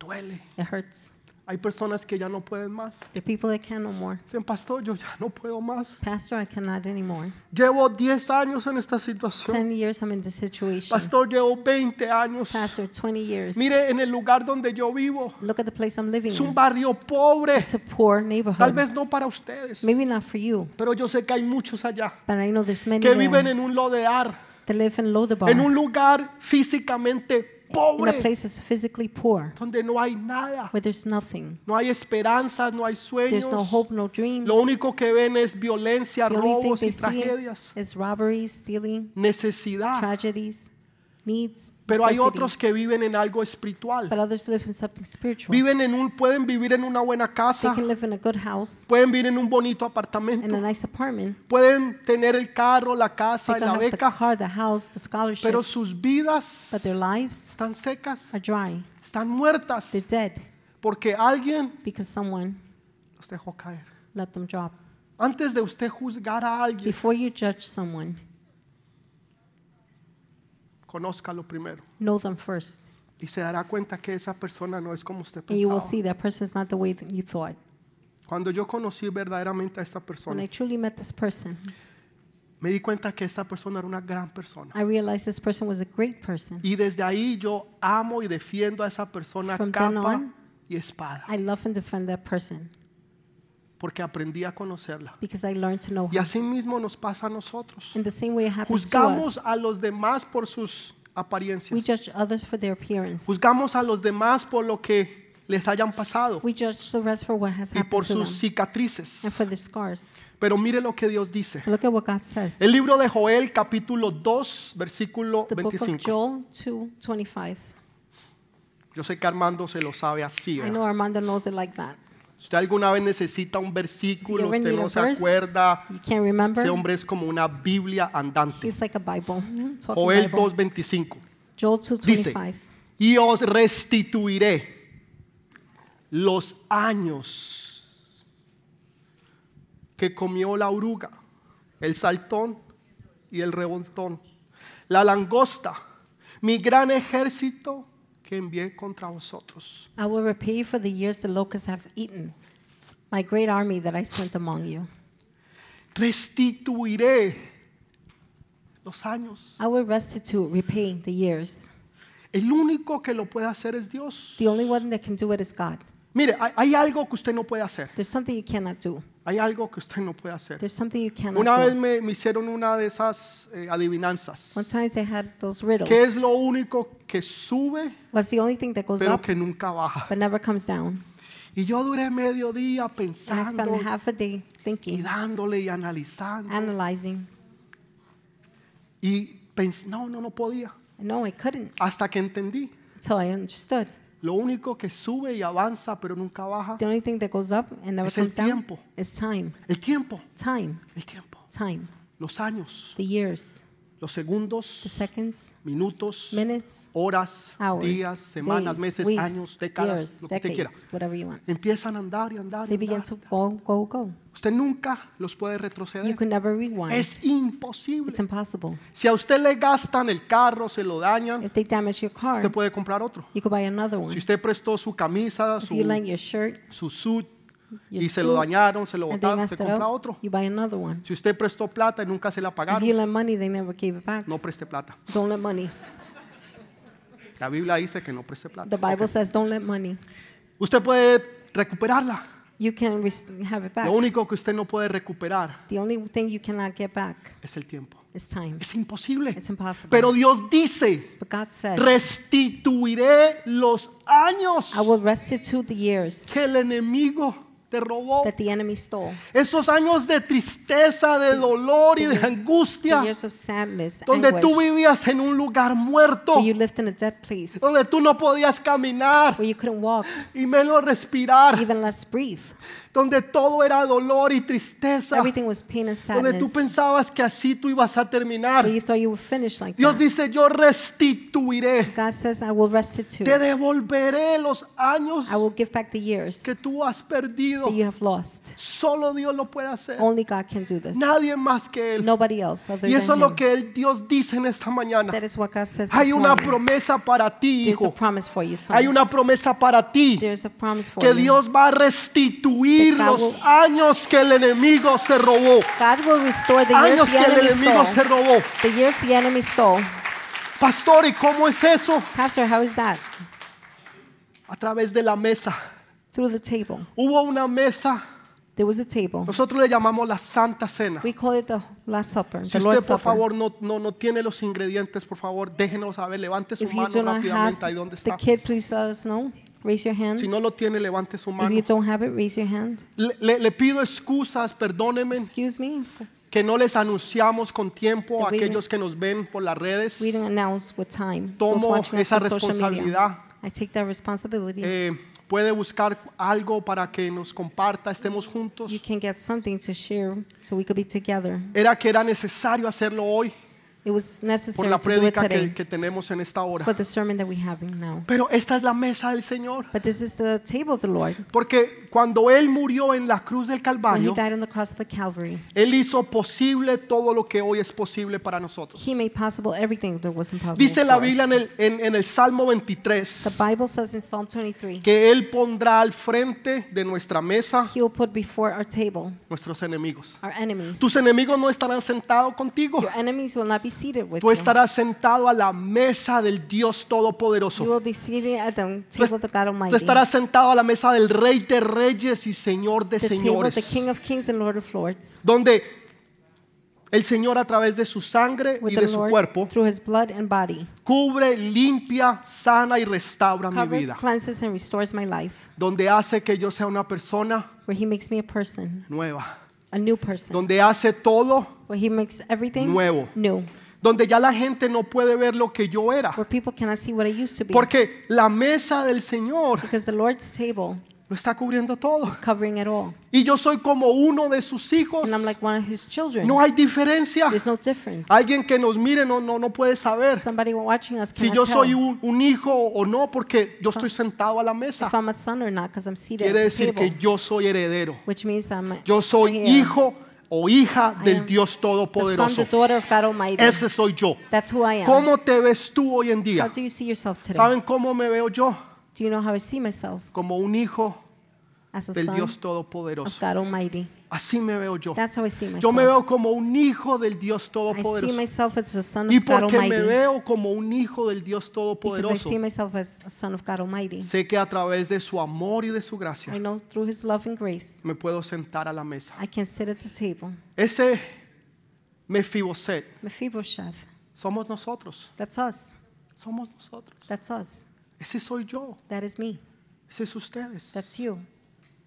S1: Duele.
S2: It hurts.
S1: Hay personas que ya no pueden más.
S2: There are people that can no more.
S1: Dicen, pastor, yo ya no puedo más.
S2: Pastor, I cannot anymore.
S1: Llevo 10 años en esta situación.
S2: Ten years I'm in this situation.
S1: Pastor, llevo 20 años.
S2: Pastor, 20 years.
S1: Mire, en el lugar donde yo vivo,
S2: Look at the place I'm living
S1: es un
S2: in.
S1: barrio pobre.
S2: It's a poor
S1: Tal
S2: neighborhood.
S1: vez no para ustedes,
S2: Maybe not for you,
S1: pero yo sé que hay muchos allá
S2: but I know there's many
S1: que viven
S2: there
S1: en un lodear,
S2: that live in Lodabar,
S1: en un lugar físicamente
S2: in a
S1: pobre,
S2: place that's physically poor,
S1: donde no hay nada,
S2: where there's nothing.
S1: no hay esperanzas, no hay sueños.
S2: There's no hope, no dreams.
S1: Lo único que ven es violencia,
S2: The only thing
S1: robos
S2: they
S1: y
S2: see
S1: tragedias,
S2: is robberies, stealing,
S1: necesidad.
S2: tragedies, needs.
S1: Pero hay
S2: necessities.
S1: otros que viven en algo espiritual.
S2: But others live in something spiritual.
S1: Viven en un, pueden vivir en una buena
S2: They
S1: casa,
S2: can live in a good house,
S1: pueden vivir en un bonito
S2: in a
S1: apartamento,
S2: nice apartment.
S1: pueden tener el carro, la
S2: They
S1: casa, y
S2: can
S1: la
S2: have the
S1: beca,
S2: car, the house, the scholarship.
S1: pero sus vidas
S2: but their lives
S1: están secas,
S2: are dry.
S1: están muertas,
S2: They're dead
S1: porque alguien
S2: because someone
S1: los dejó caer.
S2: let them drop.
S1: Antes de usted juzgar a alguien,
S2: Before you judge someone,
S1: conózcalo primero
S2: know them first.
S1: y se dará cuenta que esa persona no es como usted
S2: And you will
S1: pensaba.
S2: see that person is not the way that you thought.
S1: Cuando yo conocí verdaderamente a esta
S2: When I
S1: persona,
S2: truly met this person,
S1: me di cuenta que esta persona era una gran persona.
S2: I realized this person was a great person.
S1: Y desde ahí yo amo y defiendo a esa persona
S2: From then
S1: capa
S2: on,
S1: y espada,
S2: I love and defend that person
S1: porque aprendí a conocerla.
S2: because I learned to know
S1: Y
S2: her.
S1: así mismo nos pasa a nosotros.
S2: In the same way it happens to
S1: Juzgamos
S2: us,
S1: a los demás por sus
S2: we
S1: apariencias.
S2: judge others for their appearance.
S1: Juzgamos a los demás por lo que les hayan pasado
S2: We judge the rest for what has
S1: y
S2: happened
S1: por
S2: to them
S1: sus
S2: and
S1: cicatrices.
S2: for their scars.
S1: Pero mire lo que Dios dice.
S2: But look at what God says.
S1: El libro de Joel, capítulo 2, versículo
S2: The book of
S1: 25.
S2: Joel 2:25.
S1: Yo sé que Armando se lo sabe así.
S2: I
S1: ¿verdad?
S2: know Armando knows it like that.
S1: Si usted alguna vez necesita un
S2: If you
S1: versículo,
S2: ever
S1: usted
S2: need
S1: no
S2: a
S1: se
S2: verse,
S1: acuerda,
S2: you can't
S1: Ese
S2: remember.
S1: hombre es como una Biblia andante.
S2: He's like a Bible. Talking
S1: Joel
S2: Bible.
S1: 2.25.
S2: Joel
S1: Dice,
S2: 2:25.
S1: y os restituiré los años que comió la oruga, el saltón y el revoltón, la langosta, mi gran ejército que envié contra vosotros.
S2: I will repay you for the years the locusts have eaten, my great army that I sent among you.
S1: Restituiré los años.
S2: I will restitute, repay the years.
S1: El único que lo puede hacer es Dios.
S2: The only one that can do it is God.
S1: Mire, hay- hay algo que usted no puede hacer.
S2: There's something you cannot do.
S1: Hay algo que usted no puede hacer.
S2: There's something you cannot
S1: Una vez
S2: do.
S1: me, me hicieron una de esas eh, adivinanzas.
S2: One time they had those riddles.
S1: ¿Qué es lo único que sube
S2: What's the only thing that goes
S1: pero
S2: up
S1: que nunca baja?
S2: but never comes down?
S1: Y yo duré medio día
S2: And I spent
S1: pensando
S2: half a day
S1: y
S2: thinking, Ah.
S1: dándole y analizando.
S2: analyzing,
S1: Y Pens- no, no, no podía.
S2: No, I couldn't
S1: Hasta que entendí.
S2: until I understood.
S1: Lo único que sube y avanza, pero nunca baja,
S2: The only thing that goes up and never
S1: Es el
S2: comes down
S1: tiempo.
S2: is time.
S1: el tiempo,
S2: Time.
S1: el tiempo,
S2: Time.
S1: los años,
S2: The years.
S1: los
S2: The
S1: segundos,
S2: seconds.
S1: minutos,
S2: Minutes.
S1: horas,
S2: Hours.
S1: días, semanas,
S2: days,
S1: meses,
S2: weeks,
S1: años, décadas,
S2: years,
S1: lo que usted quiera.
S2: decades, Whatever you want.
S1: Empiezan a andar y andar. Y
S2: They begin
S1: andar.
S2: to go, go, go.
S1: Usted nunca los puede
S2: You
S1: retroceder.
S2: can never rewind.
S1: Es
S2: It's
S1: imposible.
S2: impossible.
S1: Si a usted le gastan el carro, se lo dañan,
S2: If they damage your car,
S1: usted puede comprar otro.
S2: you could buy another
S1: Si
S2: one.
S1: usted prestó su camisa,
S2: If you like
S1: su,
S2: your shirt,
S1: su suit
S2: your
S1: y se lo
S2: suit,
S1: dañaron, se lo
S2: and they
S1: botaron,
S2: messed
S1: usted
S2: it
S1: compra
S2: up,
S1: otro.
S2: you buy another one.
S1: Si usted prestó plata y nunca se la
S2: If
S1: pagaron,
S2: you lend money, they never gave it back.
S1: no preste plata.
S2: Don't lend money.
S1: La Biblia dice que no preste plata.
S2: The Bible says don't lend money.
S1: Usted puede recuperarla.
S2: You can res- have it back.
S1: Lo único que usted no puede recuperar
S2: The only thing you cannot get back
S1: es el tiempo.
S2: is time.
S1: Es imposible.
S2: It's impossible.
S1: Pero Dios dice,
S2: But God says,
S1: restituiré los años
S2: I will restitute the years
S1: que el enemigo te robó.
S2: that the enemy stole,
S1: Esos años de tristeza, de dolor y de
S2: the
S1: angustia,
S2: years of sadness,
S1: donde tú
S2: anguish,
S1: vivías en un lugar muerto,
S2: where you lived in a dead place,
S1: donde tú no podías caminar
S2: where you couldn't walk,
S1: y menos respirar,
S2: even less breathe.
S1: donde todo era dolor y tristeza,
S2: Everything was pain and
S1: donde tú
S2: sadness.
S1: pensabas que así tú ibas a terminar.
S2: But you thought you were finished like
S1: Dios
S2: that.
S1: dice, yo restituiré,
S2: God says, I will restitute.
S1: te devolveré los años
S2: I will give back the years
S1: que
S2: that
S1: tú has perdido.
S2: you have lost.
S1: Solo Dios lo puede hacer,
S2: Only God can do this.
S1: nadie más que Él.
S2: Nobody else other
S1: Y
S2: than
S1: eso es lo
S2: Him.
S1: que el Dios dice en esta mañana.
S2: That is what God says.
S1: Hay
S2: this
S1: una
S2: morning.
S1: promesa para ti,
S2: There's a
S1: hijo.
S2: promise for you, son.
S1: Hay una promesa para ti.
S2: There's a promise for
S1: Que
S2: you.
S1: Dios va a restituir
S2: That God
S1: los
S2: will-
S1: años que el enemigo se robó.
S2: God will restore the years
S1: Años
S2: the
S1: que el
S2: enemy
S1: enemigo se
S2: stole.
S1: robó.
S2: The years the enemy stole.
S1: Pastor, ¿y cómo es eso?
S2: Pastor, how is that?
S1: A través de la mesa.
S2: Through the table.
S1: Hubo una mesa.
S2: There was a table.
S1: Nosotros le llamamos la Santa Cena.
S2: We call it the Last Supper,
S1: Si
S2: the
S1: usted,
S2: Lord's
S1: por
S2: Supper.
S1: favor, no, no, no tiene los ingredientes, por favor, déjenos saber. Levante su
S2: If you
S1: mano
S2: do not have
S1: rápidamente ahí donde
S2: the
S1: está.
S2: kid, please let us know. Raise your hand.
S1: Si no lo tiene, levante su
S2: If
S1: mano.
S2: you don't have it, raise your hand.
S1: Le- le- le pido excusas, perdónenme.
S2: Excuse me. f-
S1: que no les anunciamos con tiempo a
S2: Que we-
S1: aquellos que nos ven por las redes.
S2: We didn't announce what time.
S1: Tomo
S2: Those watching us
S1: esa
S2: on social media.
S1: responsabilidad.
S2: I take that responsibility.
S1: Eh, puede buscar algo para que nos comparta, estemos
S2: You
S1: juntos.
S2: can get something to share so we could be together.
S1: Era que era necesario hacerlo hoy
S2: It was
S1: por
S2: necessary
S1: la
S2: to do it
S1: prédica que,
S2: today
S1: que tenemos en esta hora.
S2: for the sermon that we're having now.
S1: Pero esta es la mesa del Señor.
S2: But this is the table of the Lord.
S1: Porque cuando Él murió en la cruz del
S2: When he
S1: Calvario,
S2: died on the cross of the Calvary,
S1: Él hizo posible todo lo que hoy es posible para nosotros.
S2: he made possible everything that was impossible.
S1: Dice la
S2: for us.
S1: Biblia en el, en- en el Salmo
S2: the
S1: 23
S2: Bible says in Psalm 23,
S1: que Él pondrá al frente de nuestra mesa
S2: he will put before our table
S1: nuestros enemigos.
S2: our enemies.
S1: Tus enemigos no estarán sentados contigo.
S2: Your enemies will not be seated with
S1: Tú
S2: you.
S1: estarás sentado a la mesa del Dios
S2: You
S1: Todopoderoso.
S2: will be seated at the
S1: Tú,
S2: table of the God
S1: est-
S2: Almighty.
S1: tú estarás sentado a la mesa del Rey de Reyes y Señor de
S2: the table of the
S1: Señores.
S2: King of Kings and Lord of Lords.
S1: Donde el Señor a través de su sangre
S2: With
S1: y
S2: the
S1: de su
S2: Lord
S1: cuerpo
S2: through his blood and body.
S1: cubre, limpia, sana y restaura mi
S2: Covers,
S1: vida.
S2: cleanses, and restores my life.
S1: Donde hace que yo sea una persona
S2: Where he makes me a person,
S1: nueva.
S2: a new person.
S1: Donde hace todo.
S2: Where he makes everything
S1: Nuevo.
S2: new.
S1: Donde ya la gente no puede ver lo que yo era.
S2: Where people cannot see what I used to be.
S1: Porque la mesa del Señor
S2: because the Lord's table
S1: lo está cubriendo todo.
S2: is covering it all.
S1: Y yo soy como uno de sus hijos.
S2: And I'm like one of his children.
S1: No hay diferencia.
S2: There's no difference.
S1: Alguien que nos mire no, no, no puede saber
S2: Somebody watching us
S1: si
S2: cannot
S1: yo
S2: tell
S1: soy un, un hijo o no, porque yo estoy sentado a la mesa.
S2: if I'm a son or not because I'm seated
S1: Quiere
S2: at the
S1: decir
S2: table.
S1: que yo soy heredero.
S2: which means I'm a
S1: Yo soy
S2: heir.
S1: hijo o hija
S2: I
S1: del
S2: am
S1: Dios
S2: the son, the
S1: Todopoderoso.
S2: daughter of God Almighty.
S1: Ese soy yo.
S2: That's who I am.
S1: ¿Cómo te ves tú hoy en
S2: How
S1: día?
S2: do you see yourself today?
S1: ¿Saben cómo me veo yo?
S2: Do you know how I see myself
S1: Como un hijo
S2: as a
S1: del
S2: son
S1: Dios
S2: of
S1: Todopoderoso.
S2: God Almighty?
S1: Así me veo yo.
S2: That's how I see myself.
S1: Yo me veo como un hijo del Dios
S2: I see
S1: Todopoderoso.
S2: myself as a son
S1: Y
S2: of God
S1: porque me
S2: Almighty
S1: veo como un hijo del Dios
S2: because I
S1: Todopoderoso,
S2: see myself as a son of God Almighty.
S1: sé que a través de su amor y de su
S2: I
S1: gracia
S2: know through His love and grace
S1: me puedo sentar a la mesa.
S2: I can sit at the table.
S1: Ese Mefiboset
S2: Mephibosheth,
S1: somos nosotros,
S2: that's us.
S1: somos nosotros.
S2: That's us.
S1: Ese soy yo,
S2: That is me.
S1: ese es ustedes.
S2: That's you.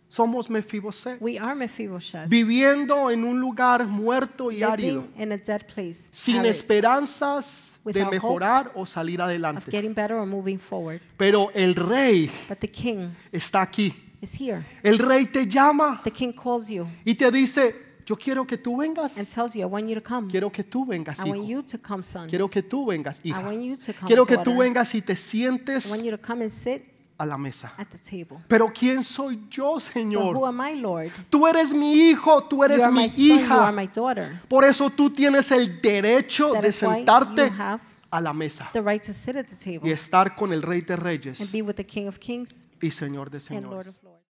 S1: Somos Mefiboset,
S2: We are Mephibosheth,
S1: viviendo en un lugar muerto y árido,
S2: living in a dead place,
S1: sin
S2: arid,
S1: esperanzas de
S2: Without hope.
S1: mejorar o salir
S2: of
S1: adelante.
S2: getting better or moving forward.
S1: Pero el rey
S2: But the king
S1: está aquí.
S2: is here.
S1: El rey te llama
S2: The king calls you
S1: y te dice, yo quiero que tú vengas.
S2: and tells you, I want you to come.
S1: Quiero que tú vengas,
S2: I want
S1: hijo.
S2: you to come, son.
S1: Quiero que tú vengas,
S2: I
S1: hija.
S2: want you to come,
S1: Quiero que tú
S2: daughter.
S1: vengas y te
S2: I want
S1: sientes
S2: you to come and sit
S1: a la mesa.
S2: at the table.
S1: Pero ¿quién soy yo,
S2: But who
S1: Señor?
S2: am I, Lord?
S1: Tú eres mi hijo, tú
S2: you
S1: eres
S2: are
S1: mi
S2: my son, you are
S1: hija.
S2: my daughter.
S1: Por eso tú tienes el derecho
S2: That
S1: de
S2: is why you
S1: sentarte
S2: have
S1: a la mesa
S2: the right to sit at the table
S1: y estar con el Rey de
S2: and
S1: Reyes
S2: be with the King of Kings
S1: y Señor de
S2: and Lord
S1: Señores.
S2: of Lords.